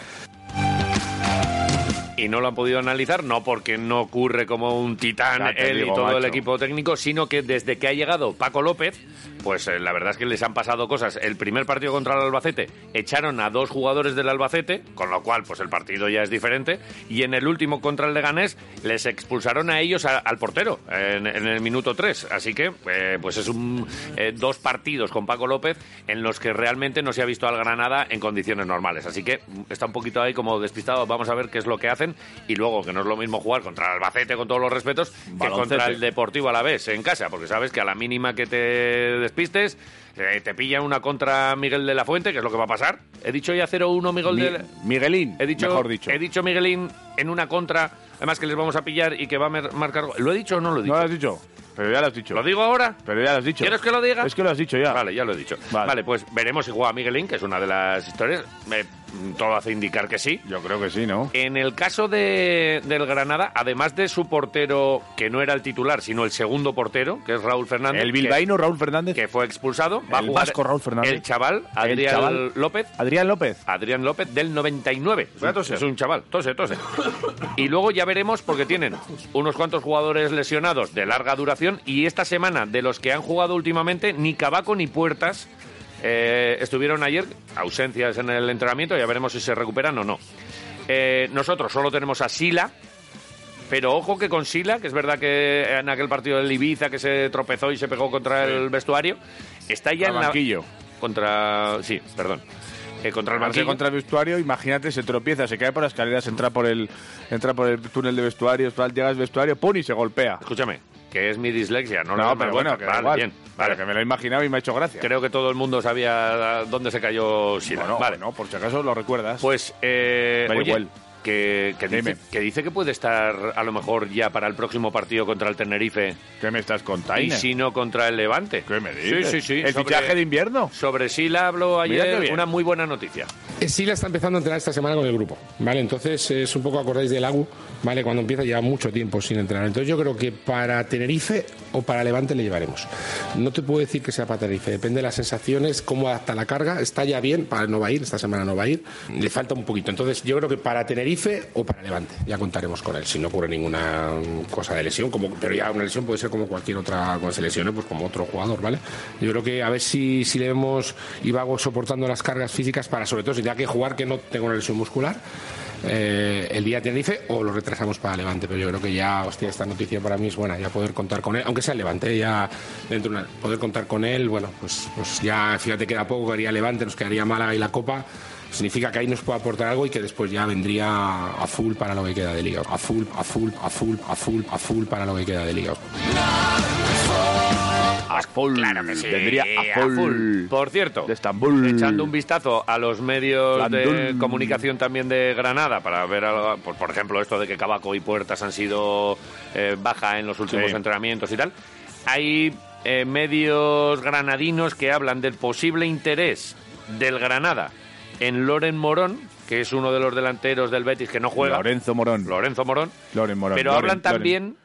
Speaker 1: y no lo han podido analizar, no porque no ocurre como un titán
Speaker 2: Ya te
Speaker 1: él y
Speaker 2: digo,
Speaker 1: todo el
Speaker 2: macho.
Speaker 1: equipo técnico, sino que desde que ha llegado Paco López, pues eh, la verdad es que les han pasado cosas. El primer partido contra el Albacete echaron a dos jugadores del Albacete, con lo cual pues el partido ya es diferente, y en el último contra el Leganés les expulsaron a ellos a- al portero en, en el minuto 3, así que eh, pues es un eh, dos partidos con Paco López en los que realmente no se ha visto al Granada en condiciones normales, así que mm, está un poquito ahí como despistado, vamos a ver qué es lo que hacen y luego que no es lo mismo jugar contra el Albacete con todos los respetos que
Speaker 2: Baloncete.
Speaker 1: contra el Deportivo a la vez en casa, porque sabes que a la mínima que te despistes, eh, te pillan una contra Miguel de la Fuente, que es lo que va a pasar. He dicho ya 0-1 Miguel
Speaker 2: Mi-
Speaker 1: de la...
Speaker 2: Miguelín,
Speaker 1: He dicho,
Speaker 2: mejor dicho.
Speaker 1: He dicho Miguelín en una contra, además que les vamos a pillar y que va a mer- marcar... gol. ¿Lo he dicho o no lo he
Speaker 2: ¿No
Speaker 1: dicho?
Speaker 2: lo has dicho? Pero ya lo has dicho.
Speaker 1: ¿Lo digo ahora?
Speaker 2: Pero ya lo has dicho.
Speaker 1: ¿Quieres que lo diga?
Speaker 2: Es que lo has dicho ya.
Speaker 1: Ah, Vale, ya lo he dicho.
Speaker 2: Vale.
Speaker 1: Vale, pues veremos si juega Miguelín, que es una de las historias. Me- todo hace indicar que sí.
Speaker 2: Yo creo que sí, ¿no?
Speaker 1: En el caso de, del Granada, además de su portero, que no era el titular, sino el segundo portero, que es Raúl Fernández.
Speaker 2: El
Speaker 1: que-
Speaker 2: bilbaíno Raúl Fernández.
Speaker 1: Que fue expulsado.
Speaker 2: El vasco Raúl Fernández.
Speaker 1: El chaval,
Speaker 2: El
Speaker 1: Adrián
Speaker 2: chaval.
Speaker 1: López.
Speaker 2: Adrián López.
Speaker 1: Adrián López del 99.
Speaker 2: Voy a toser.
Speaker 1: Es un chaval, tose, tose. Y luego ya veremos porque tienen unos cuantos jugadores lesionados de larga duración y esta semana de los que han jugado últimamente ni Cabaco ni Puertas eh, estuvieron ayer, ausencias en el entrenamiento, ya veremos si se recuperan o no. Eh, nosotros solo tenemos a Sila, pero ojo que con Sila, que es verdad que en aquel partido del Ibiza que se tropezó y se pegó contra el vestuario, está ya
Speaker 2: Al
Speaker 1: en la-
Speaker 2: banquillo.
Speaker 1: Contra... Sí, perdón. Eh, contra el
Speaker 2: Al
Speaker 1: banquillo.
Speaker 2: contra el vestuario, imagínate, se tropieza, se cae por las escaleras, entra por el, entra por el túnel de vestuarios, tal, llega al vestuario, ¡pum! y se golpea.
Speaker 1: Escúchame, que es mi dislexia, no,
Speaker 2: No,
Speaker 1: la
Speaker 2: pero bueno, que da
Speaker 1: vale,
Speaker 2: igual.
Speaker 1: bien,
Speaker 2: Vale,
Speaker 1: vale.
Speaker 2: que me lo he imaginado y me ha hecho gracia.
Speaker 1: Creo que todo el mundo sabía dónde se cayó Sila.
Speaker 2: Bueno,
Speaker 1: vale,
Speaker 2: bueno, por si acaso lo recuerdas.
Speaker 1: pues eh,
Speaker 2: Da
Speaker 1: oye,
Speaker 2: igual.
Speaker 1: que, que
Speaker 2: Dime.
Speaker 1: dice, que dice que puede estar a lo mejor ya para el próximo partido contra el Tenerife
Speaker 2: ¿Qué me estás contando?
Speaker 1: y si no contra el Levante.
Speaker 2: ¿Qué me dices?
Speaker 1: Sí, sí, sí.
Speaker 2: ¿El
Speaker 1: sobre-
Speaker 2: fichaje de invierno?
Speaker 1: Sobre Sila habló
Speaker 2: Mira qué
Speaker 1: ayer
Speaker 2: bien.
Speaker 1: una muy buena noticia.
Speaker 5: Eh, Sí la está empezando a entrenar esta semana con el grupo, ¿vale? Entonces eh, es un poco, acordáis del Agu, ¿vale? Cuando empieza lleva mucho tiempo sin entrenar. Entonces yo creo que para Tenerife o para Levante le llevaremos. No te puedo decir que sea para Tenerife, depende de las sensaciones, cómo adapta la carga. Está ya bien, para no va a ir, esta semana no va a ir, le falta un poquito. Entonces yo creo que para Tenerife o para Levante, ya contaremos con él, si no ocurre ninguna cosa de lesión, como, pero ya una lesión puede ser como cualquier otra, cuando se lesione, pues como otro jugador, ¿vale? Yo creo que a ver si, si le vemos Ibago soportando las cargas físicas para, sobre todo, si tenga que jugar que no tenga una lesión muscular, eh, el día de Tenerife o lo retrasamos para Levante. Pero yo creo que ya, hostia, esta noticia para mí es buena, ya poder contar con él, aunque sea el Levante, ya dentro de una- poder contar con él, bueno, pues, pues ya, fíjate, queda poco, quedaría Levante, nos quedaría Málaga y la Copa. Significa que ahí nos puede aportar algo y que después ya vendría a full para lo que queda de liga. A full, a full, a full, a full, a full para lo que queda de liga.
Speaker 2: A full.
Speaker 1: Claro que Ah, sí,
Speaker 2: Vendría a full.
Speaker 1: Por cierto,
Speaker 2: De Estambul.
Speaker 1: echando un vistazo a los medios de
Speaker 2: Blandul.
Speaker 1: comunicación también de Granada para ver, algo- pues, por, por ejemplo, esto de que Cabaco y Puertas han sido eh, baja en los últimos
Speaker 2: Sí.
Speaker 1: entrenamientos y tal, hay eh, medios granadinos que hablan del posible interés del Granada en Loren Morón, que es uno de los delanteros del Betis que no juega.
Speaker 2: Lorenzo Morón.
Speaker 1: Lorenzo Morón.
Speaker 2: Loren Morón.
Speaker 1: Pero
Speaker 2: Loren,
Speaker 1: hablan
Speaker 2: Loren.
Speaker 1: también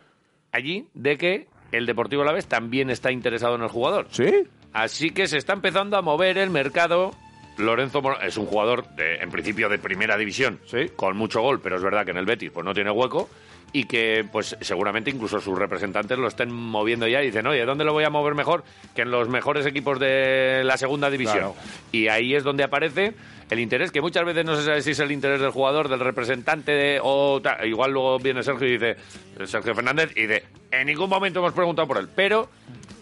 Speaker 1: allí de que el Deportivo Alavés también está interesado en el jugador.
Speaker 2: ¿Sí?
Speaker 1: Así que se está empezando a mover el mercado. Lorenzo Morón es un jugador, de- en principio, de primera división,
Speaker 2: Sí.
Speaker 1: con mucho gol, pero es verdad que en el Betis pues, no tiene hueco y que pues seguramente incluso sus representantes lo estén moviendo ya y dicen, oye, ¿dónde lo voy a mover mejor que en los mejores equipos de la segunda división?
Speaker 2: Claro.
Speaker 1: Y ahí es donde aparece el interés, que muchas veces no se sabe si es el interés del jugador, del representante, de- o ta- igual luego viene Sergio y dice, Sergio Fernández, y dice, en ningún momento hemos preguntado por él, pero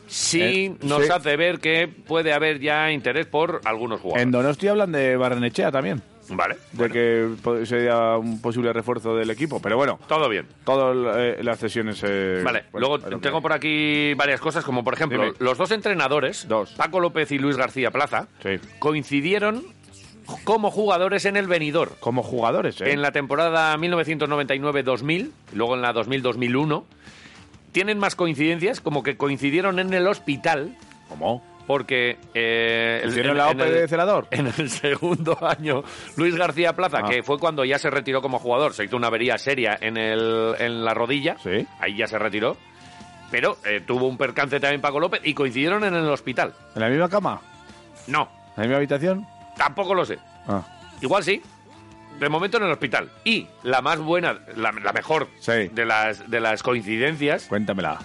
Speaker 1: sí
Speaker 2: Eh,
Speaker 1: nos
Speaker 2: sí.
Speaker 1: hace ver que puede haber ya interés por algunos
Speaker 2: En
Speaker 1: jugadores.
Speaker 2: Donosti hablan de Barrenechea también.
Speaker 1: Vale,
Speaker 2: De que po- sería un posible refuerzo del equipo. Pero bueno,
Speaker 1: todo bien.
Speaker 2: todas eh, las sesiones. eh,
Speaker 1: Vale,
Speaker 2: bueno,
Speaker 1: luego
Speaker 2: es lo que
Speaker 1: tengo
Speaker 2: hay.
Speaker 1: por aquí varias cosas, como por ejemplo,
Speaker 2: Dime.
Speaker 1: los dos entrenadores,
Speaker 2: Dos.
Speaker 1: Paco López y Luis García Plaza,
Speaker 2: Sí.
Speaker 1: coincidieron como jugadores en el Benidorm.
Speaker 2: Como jugadores, ¿eh?
Speaker 1: en la temporada 1999-2000, luego en la 2000-2001. Tienen más coincidencias, como que coincidieron en el hospital,
Speaker 2: ¿Cómo?
Speaker 1: porque... eh, el-
Speaker 2: ¿Hicieron la OPE
Speaker 1: el-
Speaker 2: de Celador?
Speaker 1: En el segundo año, Luis García Plaza,
Speaker 2: Ah.
Speaker 1: que fue cuando ya se retiró como jugador, se hizo una avería seria en, el, en la rodilla,
Speaker 2: Sí.
Speaker 1: ahí ya se retiró, pero eh, tuvo un percance también Paco López y coincidieron en el hospital.
Speaker 2: ¿En la misma cama?
Speaker 1: No,
Speaker 2: ¿En la misma habitación?
Speaker 1: tampoco lo sé.
Speaker 2: Ah,
Speaker 1: Igual sí. De momento en el hospital. Y la más buena, la, la mejor
Speaker 2: Sí.
Speaker 1: de, las, de las coincidencias,
Speaker 2: cuéntamela,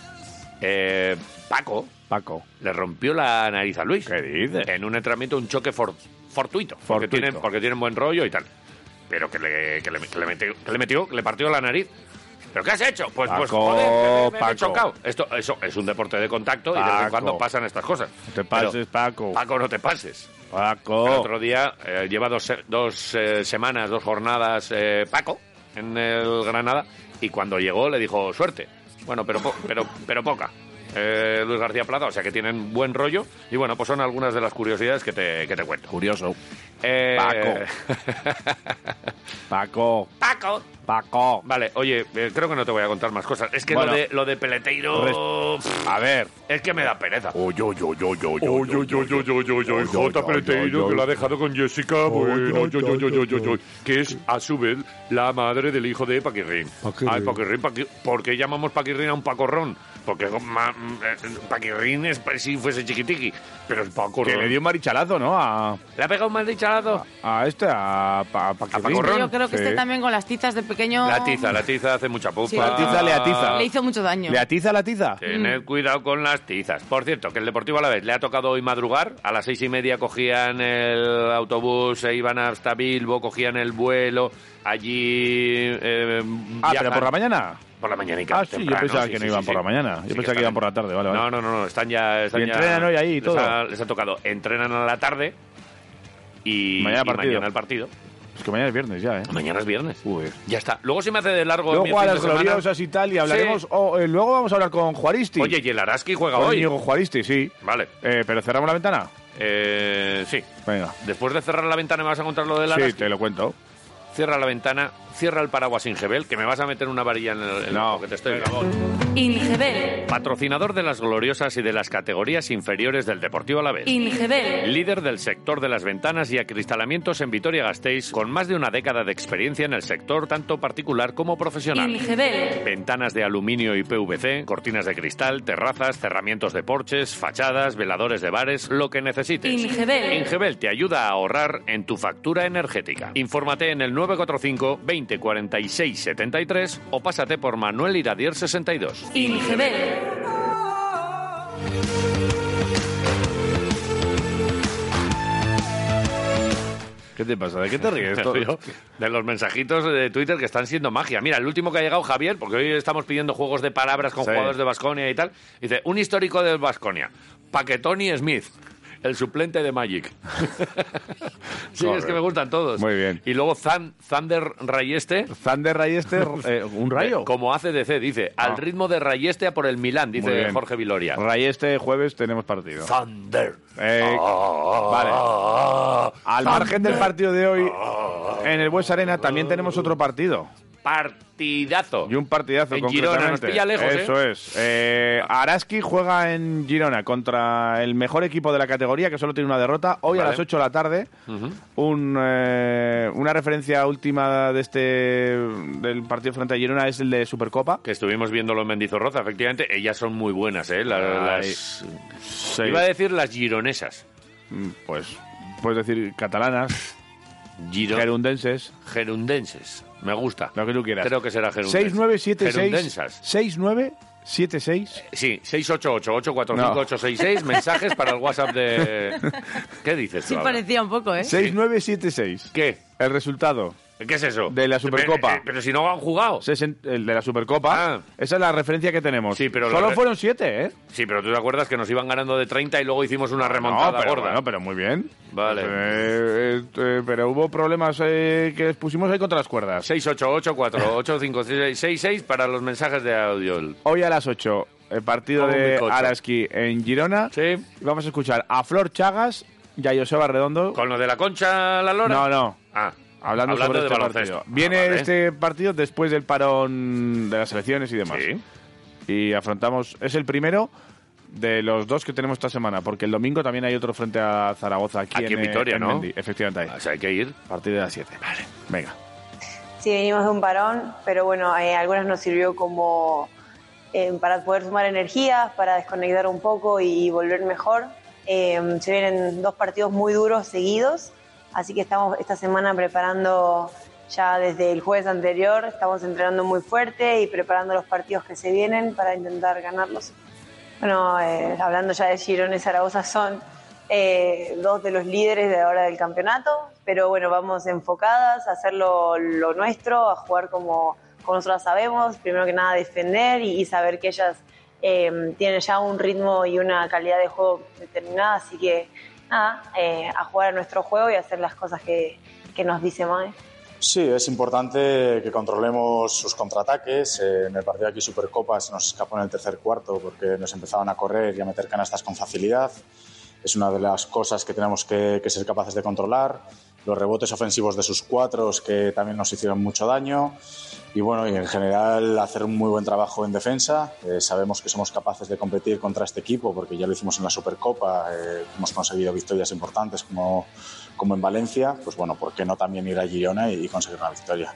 Speaker 1: eh, Paco
Speaker 2: Paco.
Speaker 1: le rompió la nariz a Luis.
Speaker 2: ¿Qué dices?
Speaker 1: En un entrenamiento, un choque for- fortuito. Porque
Speaker 2: Fortuito.
Speaker 1: tienen, porque tienen buen rollo y tal. Pero que le, que le, que le metió, que le metió, que le partió la nariz. ¿Pero qué has hecho? Pues, pues
Speaker 2: Paco,
Speaker 1: joder, que me- me, me he
Speaker 2: Paco.
Speaker 1: chocado. Esto, eso es un deporte de contacto y de vez en
Speaker 2: Paco.
Speaker 1: cuando pasan estas cosas.
Speaker 2: No te pases,
Speaker 1: Pero,
Speaker 2: Paco.
Speaker 1: Paco, no te pases. El
Speaker 2: Paco.
Speaker 1: otro día eh, lleva dos, se- dos, eh, semanas, dos jornadas eh, Paco en el Granada y cuando llegó le dijo suerte. Bueno, pero po- pero pero poca. eh, Luis García Plaza, o sea que tienen buen rollo. Y bueno, pues son algunas de las curiosidades que te, que te cuento.
Speaker 2: Curioso.
Speaker 1: Eh,
Speaker 2: Paco.
Speaker 1: Paco.
Speaker 2: Paco.
Speaker 1: Vale, oye, eh, creo que no te voy a contar más cosas. Es que
Speaker 2: Bueno.
Speaker 1: lo, de, lo de Peleteiro. pff,
Speaker 2: A ver.
Speaker 1: Es que me da pereza.
Speaker 2: Oy, oy, oy, oy, oy, oy, oy, oy, oy, oy,
Speaker 1: Jota
Speaker 2: oy,
Speaker 1: Peleteiro,
Speaker 2: oy,
Speaker 1: que lo ha
Speaker 2: oy.
Speaker 1: dejado con Jessica Bueno, yo, yo, yo, yo, yo, yo, que es a su vez la madre del hijo de Paquirrín.
Speaker 5: Paquirrín.
Speaker 1: Ay, Paquirrín, Paqui- ¿por qué llamamos Paquirrín a un pacorrón? Porque ma- eh, Paquirrín es pa- si fuese chiquitiqui, pero el
Speaker 2: Que
Speaker 1: pacorrón...
Speaker 2: le dio un marichalazo, ¿no? A,
Speaker 1: ¿Le ha pegado un mal dicharado?
Speaker 2: a este, a, pa, Paquirrín.
Speaker 1: Pacorrón.
Speaker 3: Yo creo que
Speaker 2: Sí.
Speaker 3: este también con las tizas de pequeño.
Speaker 1: La tiza, la tiza hace mucha pupa.
Speaker 3: Sí.
Speaker 2: La tiza le atiza.
Speaker 3: Le hizo mucho daño.
Speaker 2: ¿Le atiza la tiza?
Speaker 1: Tened cuidado con las tizas. Por cierto, que el Deportivo a la vez le ha tocado hoy madrugar. A las seis y media cogían el autobús, se iban hasta Bilbo, cogían el vuelo. Allí. eh,
Speaker 2: Ah,
Speaker 1: viajan-
Speaker 2: pero por la mañana.
Speaker 1: Por la mañanica.
Speaker 2: Ah, sí, yo
Speaker 1: temprano,
Speaker 2: pensaba
Speaker 1: sí,
Speaker 2: que no
Speaker 1: sí,
Speaker 2: iban
Speaker 1: sí,
Speaker 2: por
Speaker 1: sí.
Speaker 2: la mañana.
Speaker 1: Sí
Speaker 2: Yo
Speaker 1: que
Speaker 2: pensaba que iban
Speaker 1: están-
Speaker 2: por la tarde, vale, vale.
Speaker 1: No, no, no, no, están ya. Están
Speaker 2: Y
Speaker 1: ya-
Speaker 2: entrenan hoy ahí y
Speaker 1: les
Speaker 2: todo.
Speaker 1: ha- les ha tocado. Entrenan a la tarde y
Speaker 2: Mañana
Speaker 1: y
Speaker 2: partido.
Speaker 1: mañana el partido.
Speaker 2: Es que mañana es viernes ya, ¿eh?
Speaker 1: Mañana es viernes.
Speaker 2: Uy.
Speaker 1: Ya está. Luego se me hace de largo. Pues mi
Speaker 2: Luego a
Speaker 1: fin de
Speaker 2: las
Speaker 1: semana.
Speaker 2: gloriosas y tal, y hablaremos.
Speaker 1: Sí.
Speaker 2: o, eh, luego vamos a hablar con Juaristi.
Speaker 1: Oye, y el Araski juega
Speaker 2: con
Speaker 1: hoy.
Speaker 2: Íñigo Juaristi, sí.
Speaker 1: Vale.
Speaker 2: Eh, pero cerramos la ventana.
Speaker 1: Eh, sí.
Speaker 2: Venga.
Speaker 1: Después de cerrar la ventana me vas a contar lo del
Speaker 2: Sí,
Speaker 1: Araski.
Speaker 2: te lo cuento.
Speaker 1: Cierra la ventana, cierra el paraguas sin Gebel, que me vas a meter una varilla en el, en
Speaker 2: No.
Speaker 1: lo que te estoy
Speaker 2: Venga.
Speaker 1: grabando.
Speaker 6: Ingebel,
Speaker 1: Patrocinador de las gloriosas y de las categorías inferiores del Deportivo Alavés.
Speaker 6: Ingebel,
Speaker 1: Líder del sector de las ventanas y acristalamientos en Vitoria-Gasteiz, con más de una década de experiencia en el sector tanto particular como profesional.
Speaker 6: Ingebel,
Speaker 1: Ventanas de aluminio y PVC, cortinas de cristal, terrazas, cerramientos de porches, fachadas, veladores de bares, lo que necesites.
Speaker 6: Ingebel.
Speaker 1: Ingebel te ayuda a ahorrar en tu factura energética. Infórmate en el 945 20 46 73 o pásate por Manuel Iradier 62.
Speaker 6: Ingebel,
Speaker 2: ¿Qué te pasa? ¿De qué te ríes?
Speaker 1: Esto, de los mensajitos de Twitter que están siendo magia. Mira, el último que ha llegado Javier, porque hoy estamos pidiendo juegos de palabras con
Speaker 2: Sí.
Speaker 1: jugadores de Basconia y tal. Dice, un histórico del Basconia, Paquetoni Smith, el suplente de Magic. sí, es
Speaker 2: Correcto.
Speaker 1: que me gustan todos.
Speaker 2: Muy bien.
Speaker 1: Y luego Zan- Thunder Rayeste.
Speaker 2: Thunder Rayester, eh, un rayo.
Speaker 1: eh, Como ACDC, dice, al
Speaker 2: Ah.
Speaker 1: ritmo de Rayeste a por el Milán,
Speaker 2: Muy
Speaker 1: dice
Speaker 2: bien.
Speaker 1: Jorge Viloria.
Speaker 2: Ray, este jueves tenemos partido.
Speaker 1: Thunder.
Speaker 2: Eh, vale. Al margen del partido Ah, de Ah. hoy, en el Bues Arena también tenemos otro partido.
Speaker 1: Partidazo.
Speaker 2: Y un partidazo,
Speaker 1: En Girona,
Speaker 2: concretamente.
Speaker 1: nos pilla lejos, ¿eh?
Speaker 2: Eso es. Eh, Araski juega en Girona contra el mejor equipo de la categoría, que solo tiene una derrota. Hoy a
Speaker 1: Vale.
Speaker 2: las 8 de la tarde, un, eh, una referencia última de este del partido frente a Girona es el de Supercopa.
Speaker 1: Que estuvimos viéndolo en Mendizorroza, efectivamente. Ellas son muy buenas, ¿eh? La-
Speaker 2: Ay,
Speaker 1: las- Iba a decir las gironesas.
Speaker 2: Mm, Pues puedes decir catalanas,
Speaker 1: Giro-
Speaker 2: gerundenses,
Speaker 1: gerundenses. Me gusta.
Speaker 2: lo que tú quieras.
Speaker 1: Creo que será gerundenses.
Speaker 2: 6976
Speaker 1: Gerundensas.
Speaker 2: 6976
Speaker 1: Sí, 688-845-866. Mensajes para el WhatsApp de... ¿Qué dices tú
Speaker 3: Sí,
Speaker 1: ahora?
Speaker 3: parecía un poco, ¿eh?
Speaker 2: 6976.
Speaker 1: ¿Qué?
Speaker 2: El resultado.
Speaker 1: ¿Qué es eso?
Speaker 2: De la Supercopa.
Speaker 1: Pero, eh, pero si no han jugado. Sí.
Speaker 2: Sesen- el de la Supercopa.
Speaker 1: Ah.
Speaker 2: Esa es la referencia que tenemos.
Speaker 1: Sí, pero la
Speaker 2: Solo
Speaker 1: re-
Speaker 2: fueron siete, ¿eh?
Speaker 1: pero tú te acuerdas que nos iban ganando de 30 y luego hicimos una remontada
Speaker 2: pero,
Speaker 1: gorda.
Speaker 2: bueno, pero muy bien.
Speaker 1: Vale.
Speaker 2: Eh, eh, eh, pero hubo problemas eh, que les pusimos ahí contra las cuerdas.
Speaker 1: 688-485-66 para los mensajes de audio.
Speaker 2: Hoy a las 8, el partido
Speaker 1: Como un
Speaker 2: de
Speaker 1: bizcocho.
Speaker 2: Araski en Girona.
Speaker 1: Sí.
Speaker 2: Y Vamos a escuchar a Flor Chagas y a Joseba Redondo.
Speaker 1: ¿Con lo de la concha, la lora?
Speaker 2: No, no.
Speaker 1: Ah,
Speaker 2: Hablando, sobre
Speaker 1: de
Speaker 2: este
Speaker 1: baloncesto.
Speaker 2: partido. Viene
Speaker 1: Ah, vale.
Speaker 2: este partido después del parón de las elecciones y demás.
Speaker 1: Sí.
Speaker 2: Y afrontamos, es el primero de los dos que tenemos esta semana, porque el domingo también hay otro frente a Zaragoza aquí,
Speaker 1: Aquí en
Speaker 2: eh,
Speaker 1: Vitoria, ¿no?
Speaker 2: Mendy. Efectivamente, ahí.
Speaker 1: O sea, hay que ir.
Speaker 2: A partir de las 7. Vale. Venga.
Speaker 7: Sí, venimos de un parón, pero bueno, eh, algunas nos sirvió como eh, para poder sumar energías, para desconectar un poco y volver mejor. Eh, se vienen dos partidos muy duros seguidos, así que estamos esta semana preparando ya desde el jueves anterior, estamos entrenando muy fuerte y preparando los partidos que se vienen para intentar ganarlos. Bueno, eh, hablando ya de Girón y Zaragoza, son eh, dos de los líderes de ahora del campeonato, pero bueno, vamos enfocadas a hacer lo, lo nuestro, a jugar como, como nosotras sabemos, primero que nada defender y, y saber que ellas eh, tienen ya un ritmo y una calidad de juego determinada, así que nada, eh, a jugar a nuestro juego y a hacer las cosas que, que nos dice Mae.
Speaker 8: Sí, es importante que controlemos sus contraataques. Eh, en el partido aquí Supercopa se nos escapó en el tercer cuarto porque nos empezaban a correr y a meter canastas con facilidad. Es una de las cosas que tenemos que, que ser capaces de controlar. Los rebotes ofensivos de sus cuatros que también nos hicieron mucho daño. Y bueno, y en general hacer un muy buen trabajo en defensa. Eh, sabemos que somos capaces de competir contra este equipo porque ya lo hicimos en la Supercopa. eh, hemos conseguido victorias importantes como, como en Valencia. Pues bueno, ¿por qué no también ir a Girona y- y conseguir una victoria?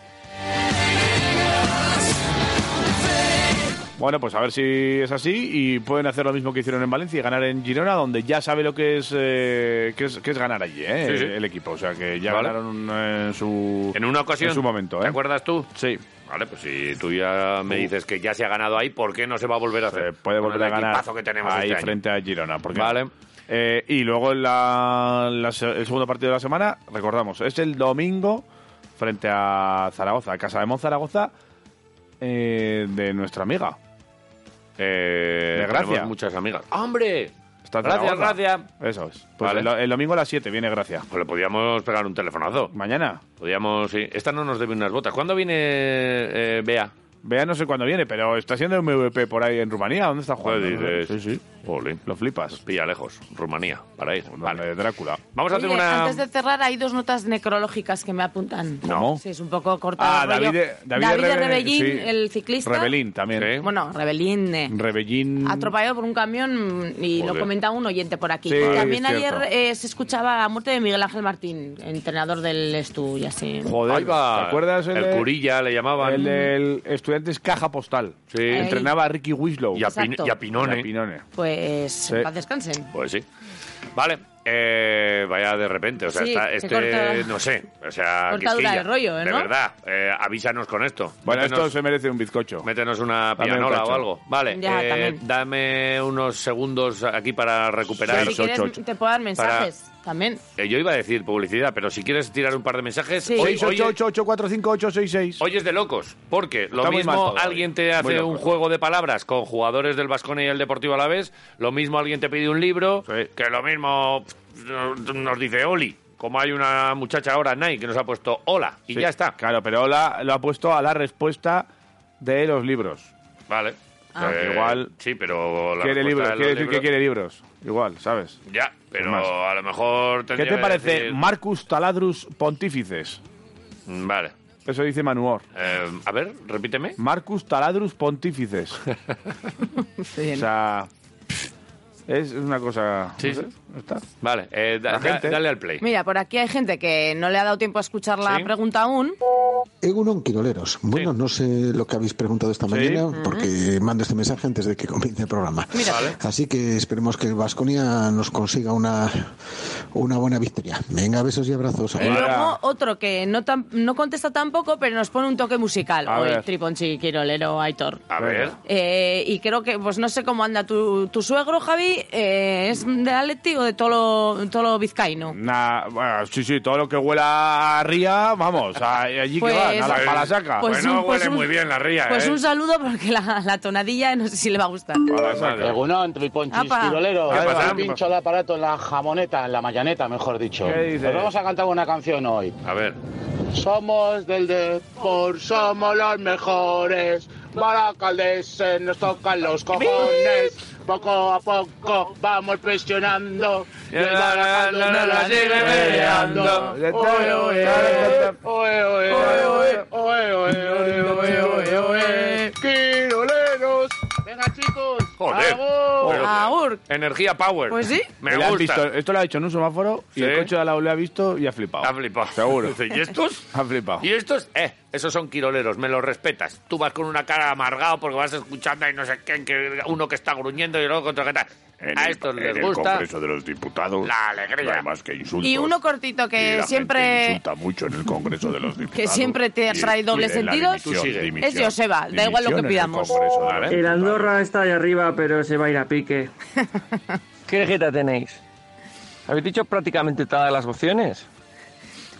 Speaker 2: Bueno, pues a ver si es así y pueden hacer lo mismo que hicieron en Valencia y ganar en Girona, donde ya sabe lo que es, eh, que es, que es ganar allí, ¿eh?
Speaker 1: Sí, sí.
Speaker 2: el equipo. O sea, que ya
Speaker 1: Vale.
Speaker 2: ganaron eh, en su,
Speaker 1: En una ocasión.
Speaker 2: en su momento.
Speaker 1: ¿Te
Speaker 2: ¿eh?
Speaker 1: acuerdas tú?
Speaker 2: Sí.
Speaker 1: Vale, pues si tú ya me
Speaker 2: Uh.
Speaker 1: dices que ya se ha ganado ahí, ¿por qué no se va a volver a hacer?
Speaker 2: Se puede
Speaker 1: Con
Speaker 2: volver a
Speaker 1: el
Speaker 2: ganar
Speaker 1: equipazo que tenemos
Speaker 2: ahí
Speaker 1: este año.
Speaker 2: frente a Girona. Porque,
Speaker 1: Vale.
Speaker 2: Eh, y luego en la- la se- el segundo partido de la semana, recordamos, es el domingo frente a Zaragoza, Casa de Monzaragoza, eh, de nuestra amiga. Eh,
Speaker 1: Eh,
Speaker 2: de Gracia.
Speaker 1: tenemos muchas amigas. ¡Hombre!
Speaker 2: Está en
Speaker 1: gracias,
Speaker 2: Zaragoza.
Speaker 1: gracias.
Speaker 2: Eso es. Pues
Speaker 1: Vale.
Speaker 2: el, el domingo a las 7 viene Gracia.
Speaker 1: Pues le podíamos pegar un telefonazo.
Speaker 2: Mañana.
Speaker 1: Podíamos, sí. Esta no nos debe unas botas. ¿Cuándo viene eh, Bea?
Speaker 2: Vea, no sé cuándo viene, pero está siendo MVP por ahí en Rumanía. ¿Dónde está jugando?
Speaker 1: Pues dices?
Speaker 2: Sí, sí.
Speaker 1: Jolín.
Speaker 2: Lo
Speaker 1: Nos
Speaker 2: flipas.
Speaker 1: pilla lejos. Rumanía, para ir.
Speaker 2: Donde
Speaker 1: Vale.
Speaker 2: Drácula.
Speaker 1: Vamos a hacer
Speaker 3: Oye,
Speaker 1: una...
Speaker 3: Antes de cerrar, hay dos notas necrológicas que me apuntan.
Speaker 2: ¿Cómo?
Speaker 3: Sí, es un poco corto.
Speaker 2: Ah,
Speaker 3: el rollo.
Speaker 2: David, David, Rebe-
Speaker 3: Rebellín,
Speaker 2: sí.
Speaker 3: el ciclista.
Speaker 2: Rebelín también.
Speaker 1: Sí.
Speaker 3: Bueno, Rebellín. eh,
Speaker 2: Rebellín.
Speaker 3: Atropellado por un camión y
Speaker 1: Joder.
Speaker 3: lo comenta un oyente por aquí.
Speaker 2: Sí,
Speaker 3: Y
Speaker 2: vale,
Speaker 3: También
Speaker 2: es
Speaker 3: ayer
Speaker 2: cierto.
Speaker 3: eh, se escuchaba la muerte de Miguel Ángel Martín, entrenador del Estu y así.
Speaker 2: Joder,
Speaker 1: Ahí va.
Speaker 2: ¿te acuerdas?
Speaker 1: El,
Speaker 2: de-
Speaker 1: Curilla le llamaban.
Speaker 2: El del Estudiantes Caja Postal.
Speaker 1: Sí.
Speaker 2: Entrenaba a Ricky Wislow.
Speaker 1: y, a Pin-
Speaker 3: Exacto.
Speaker 1: y a Pinone.
Speaker 2: Y a Pinone.
Speaker 3: Pues
Speaker 2: Sí.
Speaker 3: en paz descansen.
Speaker 1: Pues sí. Vale. eh, vaya de repente. O sea,
Speaker 3: Sí,
Speaker 1: está-
Speaker 3: qué
Speaker 1: este,
Speaker 3: corta-
Speaker 1: no sé. O sea,
Speaker 3: cortadura
Speaker 1: quisquilla.
Speaker 3: de rollo, ¿eh,
Speaker 1: De
Speaker 3: no?
Speaker 1: verdad. eh, avísanos con esto.
Speaker 2: Bueno,
Speaker 1: Métenos-
Speaker 2: esto se merece un bizcocho.
Speaker 1: Métenos una
Speaker 2: Dame un
Speaker 1: pianola
Speaker 2: cacho.
Speaker 1: o algo. Vale,
Speaker 3: Ya,
Speaker 1: eh,
Speaker 3: también.
Speaker 1: dame unos segundos aquí para recuperar.
Speaker 3: si
Speaker 2: Seis, ocho,
Speaker 3: quieres,
Speaker 2: ocho.
Speaker 3: te puedo dar mensajes también.
Speaker 1: Eh, yo iba a decir publicidad, pero si quieres tirar un par de mensajes,
Speaker 3: Sí.
Speaker 1: hoy, hoy-
Speaker 2: 688845866.
Speaker 1: hoy es de locos, porque lo
Speaker 2: Está muy mal
Speaker 1: mismo
Speaker 2: todo,
Speaker 1: alguien
Speaker 2: hoy.
Speaker 1: te
Speaker 2: Muy
Speaker 1: hace
Speaker 2: loco.
Speaker 1: un juego de palabras con jugadores del Vasconia y el Deportivo a la vez, lo mismo alguien te pide un libro,
Speaker 2: Sí.
Speaker 1: que lo mismo pff, nos dice Oli, como hay una muchacha ahora, Nike, que nos ha puesto hola, y
Speaker 2: Sí,
Speaker 1: ya está.
Speaker 2: Claro, pero la, lo ha puesto a la respuesta de los libros.
Speaker 1: Vale. Eh,
Speaker 3: Ah.
Speaker 2: Igual-
Speaker 1: Sí, pero la
Speaker 2: quiere
Speaker 1: respuesta
Speaker 2: libros,
Speaker 1: de los
Speaker 2: quiere decir que
Speaker 1: libros-
Speaker 2: quiere libros. Igual, ¿sabes?
Speaker 1: Ya, pero
Speaker 2: más.
Speaker 1: a lo mejor
Speaker 2: ¿Qué
Speaker 1: tendría
Speaker 2: te
Speaker 1: que
Speaker 2: parece
Speaker 1: decir-
Speaker 2: Marcus Taladrus Pontífices?
Speaker 1: Mm, Vale.
Speaker 2: Eso dice Manuor.
Speaker 1: Eh, a ver, repíteme.
Speaker 2: Marcus Taladrus Pontífices. o sea, es una cosa...
Speaker 1: Sí,
Speaker 2: no sé,
Speaker 1: sí.
Speaker 2: no está.
Speaker 1: Vale, eh, da-
Speaker 2: La
Speaker 1: da-
Speaker 2: gente.
Speaker 1: dale al play.
Speaker 3: Mira, por aquí hay gente que no le ha dado tiempo a escuchar la
Speaker 1: Sí.
Speaker 3: pregunta aún.
Speaker 9: Egunon Quiroleros. Bueno, no sé lo que habéis preguntado esta mañana porque mando este mensaje antes de que comience el programa.
Speaker 1: Vale.
Speaker 9: Así que esperemos que el Vasconia nos consiga una, una buena victoria. Venga, besos y abrazos.
Speaker 3: Y
Speaker 2: Ahora.
Speaker 3: luego otro que no, tan- no contesta tampoco, pero nos pone un toque musical.
Speaker 2: A
Speaker 3: Hoy,
Speaker 2: ver.
Speaker 3: Triponchi, Quirolero, Aitor.
Speaker 1: A ver.
Speaker 3: Eh, y creo que, pues no sé cómo anda tu, tu suegro, Javi, eh, ¿es de Atleti o de todo lo, todo lo vizcaíno?
Speaker 2: Nah, bueno, sí, sí, todo lo que huela a ría, vamos, a- allí
Speaker 3: Pues-
Speaker 2: que van, a la, para la saca.
Speaker 3: pues
Speaker 1: bueno,
Speaker 3: un- pues
Speaker 1: huele
Speaker 3: un-
Speaker 1: muy bien la ría,
Speaker 3: Pues
Speaker 1: ¿eh?
Speaker 3: un saludo porque la, la tonadilla no sé si le va a gustar.
Speaker 2: Para la saca.
Speaker 10: Egunón, triponchis,
Speaker 3: Apa.
Speaker 10: tirolero.
Speaker 1: ¿Qué pasa?
Speaker 10: He pincho el aparato en la jamoneta, en la mayaneta, mejor dicho.
Speaker 2: ¿Qué dices?
Speaker 10: Pues vamos a cantar una canción hoy.
Speaker 1: A ver.
Speaker 10: Somos del Depor, somos los mejores. Baracaldeses nos tocan los cojones. Poco a poco vamos presionando. Y el Baracaldo nos la sigue peleando. Oe, oe, oe, oe, oe, oe, oe, oe, oe, oe, oe. Quiroleros. Venga, chicos.
Speaker 1: Joder.
Speaker 10: ¡Vamos!
Speaker 1: Pero-
Speaker 3: Agur.
Speaker 1: Energía Power.
Speaker 3: Pues sí.
Speaker 1: Me
Speaker 2: Le han
Speaker 1: gusta.
Speaker 2: visto- esto lo ha hecho en un semáforo y
Speaker 1: Sí.
Speaker 2: el coche de al lado le ha visto y ha flipado.
Speaker 1: Ha flipado.
Speaker 2: Seguro.
Speaker 1: Dice, Ah, ¿Y estos?
Speaker 2: Ha flipado.
Speaker 1: ¿Y estos? Eh, esos son quiroleros, me los respetas. Tú vas con una cara amargado porque vas escuchando y no sé quién, que uno que está gruñendo y luego otro que tal. A estos les gusta.
Speaker 2: de los Diputados.
Speaker 1: La alegría. no hay más
Speaker 2: Además que insultos.
Speaker 3: Y uno cortito que siempre...
Speaker 2: insulta mucho en el Congreso de los Diputados.
Speaker 3: Que siempre te trae dobles sentidos.
Speaker 1: Tú sigue.
Speaker 3: Es Joseba, da igual lo que pidamos.
Speaker 1: Vale. El
Speaker 10: Andorra está ahí arriba, pero se va a ir a pique. ¿Qué tarjeta tenéis? Habéis dicho prácticamente todas las opciones.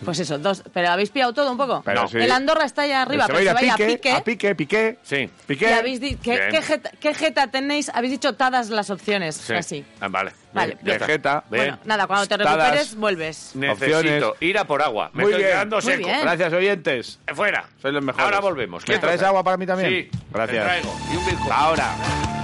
Speaker 3: Pues eso, dos. Pero habéis pillado todo un poco.
Speaker 2: Pero sí.
Speaker 3: El Andorra está allá arriba,
Speaker 2: Se
Speaker 3: pero se
Speaker 2: va a ir
Speaker 3: vaya
Speaker 2: a pique, a pique, pique.
Speaker 1: Sí.
Speaker 2: Pique.
Speaker 3: ¿Qué? habéis di- ¿qué,
Speaker 2: Bien.
Speaker 3: qué jeta, qué jeta tenéis? Habéis dicho todas las opciones,
Speaker 1: Sí.
Speaker 3: así.
Speaker 1: Ah, vale.
Speaker 3: Vale,
Speaker 1: Bien, ya
Speaker 2: Vegeta.
Speaker 1: está. Bien.
Speaker 2: Bueno,
Speaker 3: Nada, cuando te
Speaker 2: Todas.
Speaker 3: recuperes, vuelves.
Speaker 1: Necesito
Speaker 2: Opciones.
Speaker 1: ir a por agua. Me
Speaker 2: Muy
Speaker 1: estoy
Speaker 2: bien.
Speaker 1: quedando
Speaker 2: Muy
Speaker 1: seco.
Speaker 3: bien.
Speaker 2: Gracias, oyentes.
Speaker 1: Fuera.
Speaker 2: Sois los mejores.
Speaker 1: Ahora volvemos.
Speaker 2: ¿Me traes agua para mí también?
Speaker 1: Sí.
Speaker 2: Gracias.
Speaker 1: Te traigo. Y un bizco.
Speaker 2: Ahora.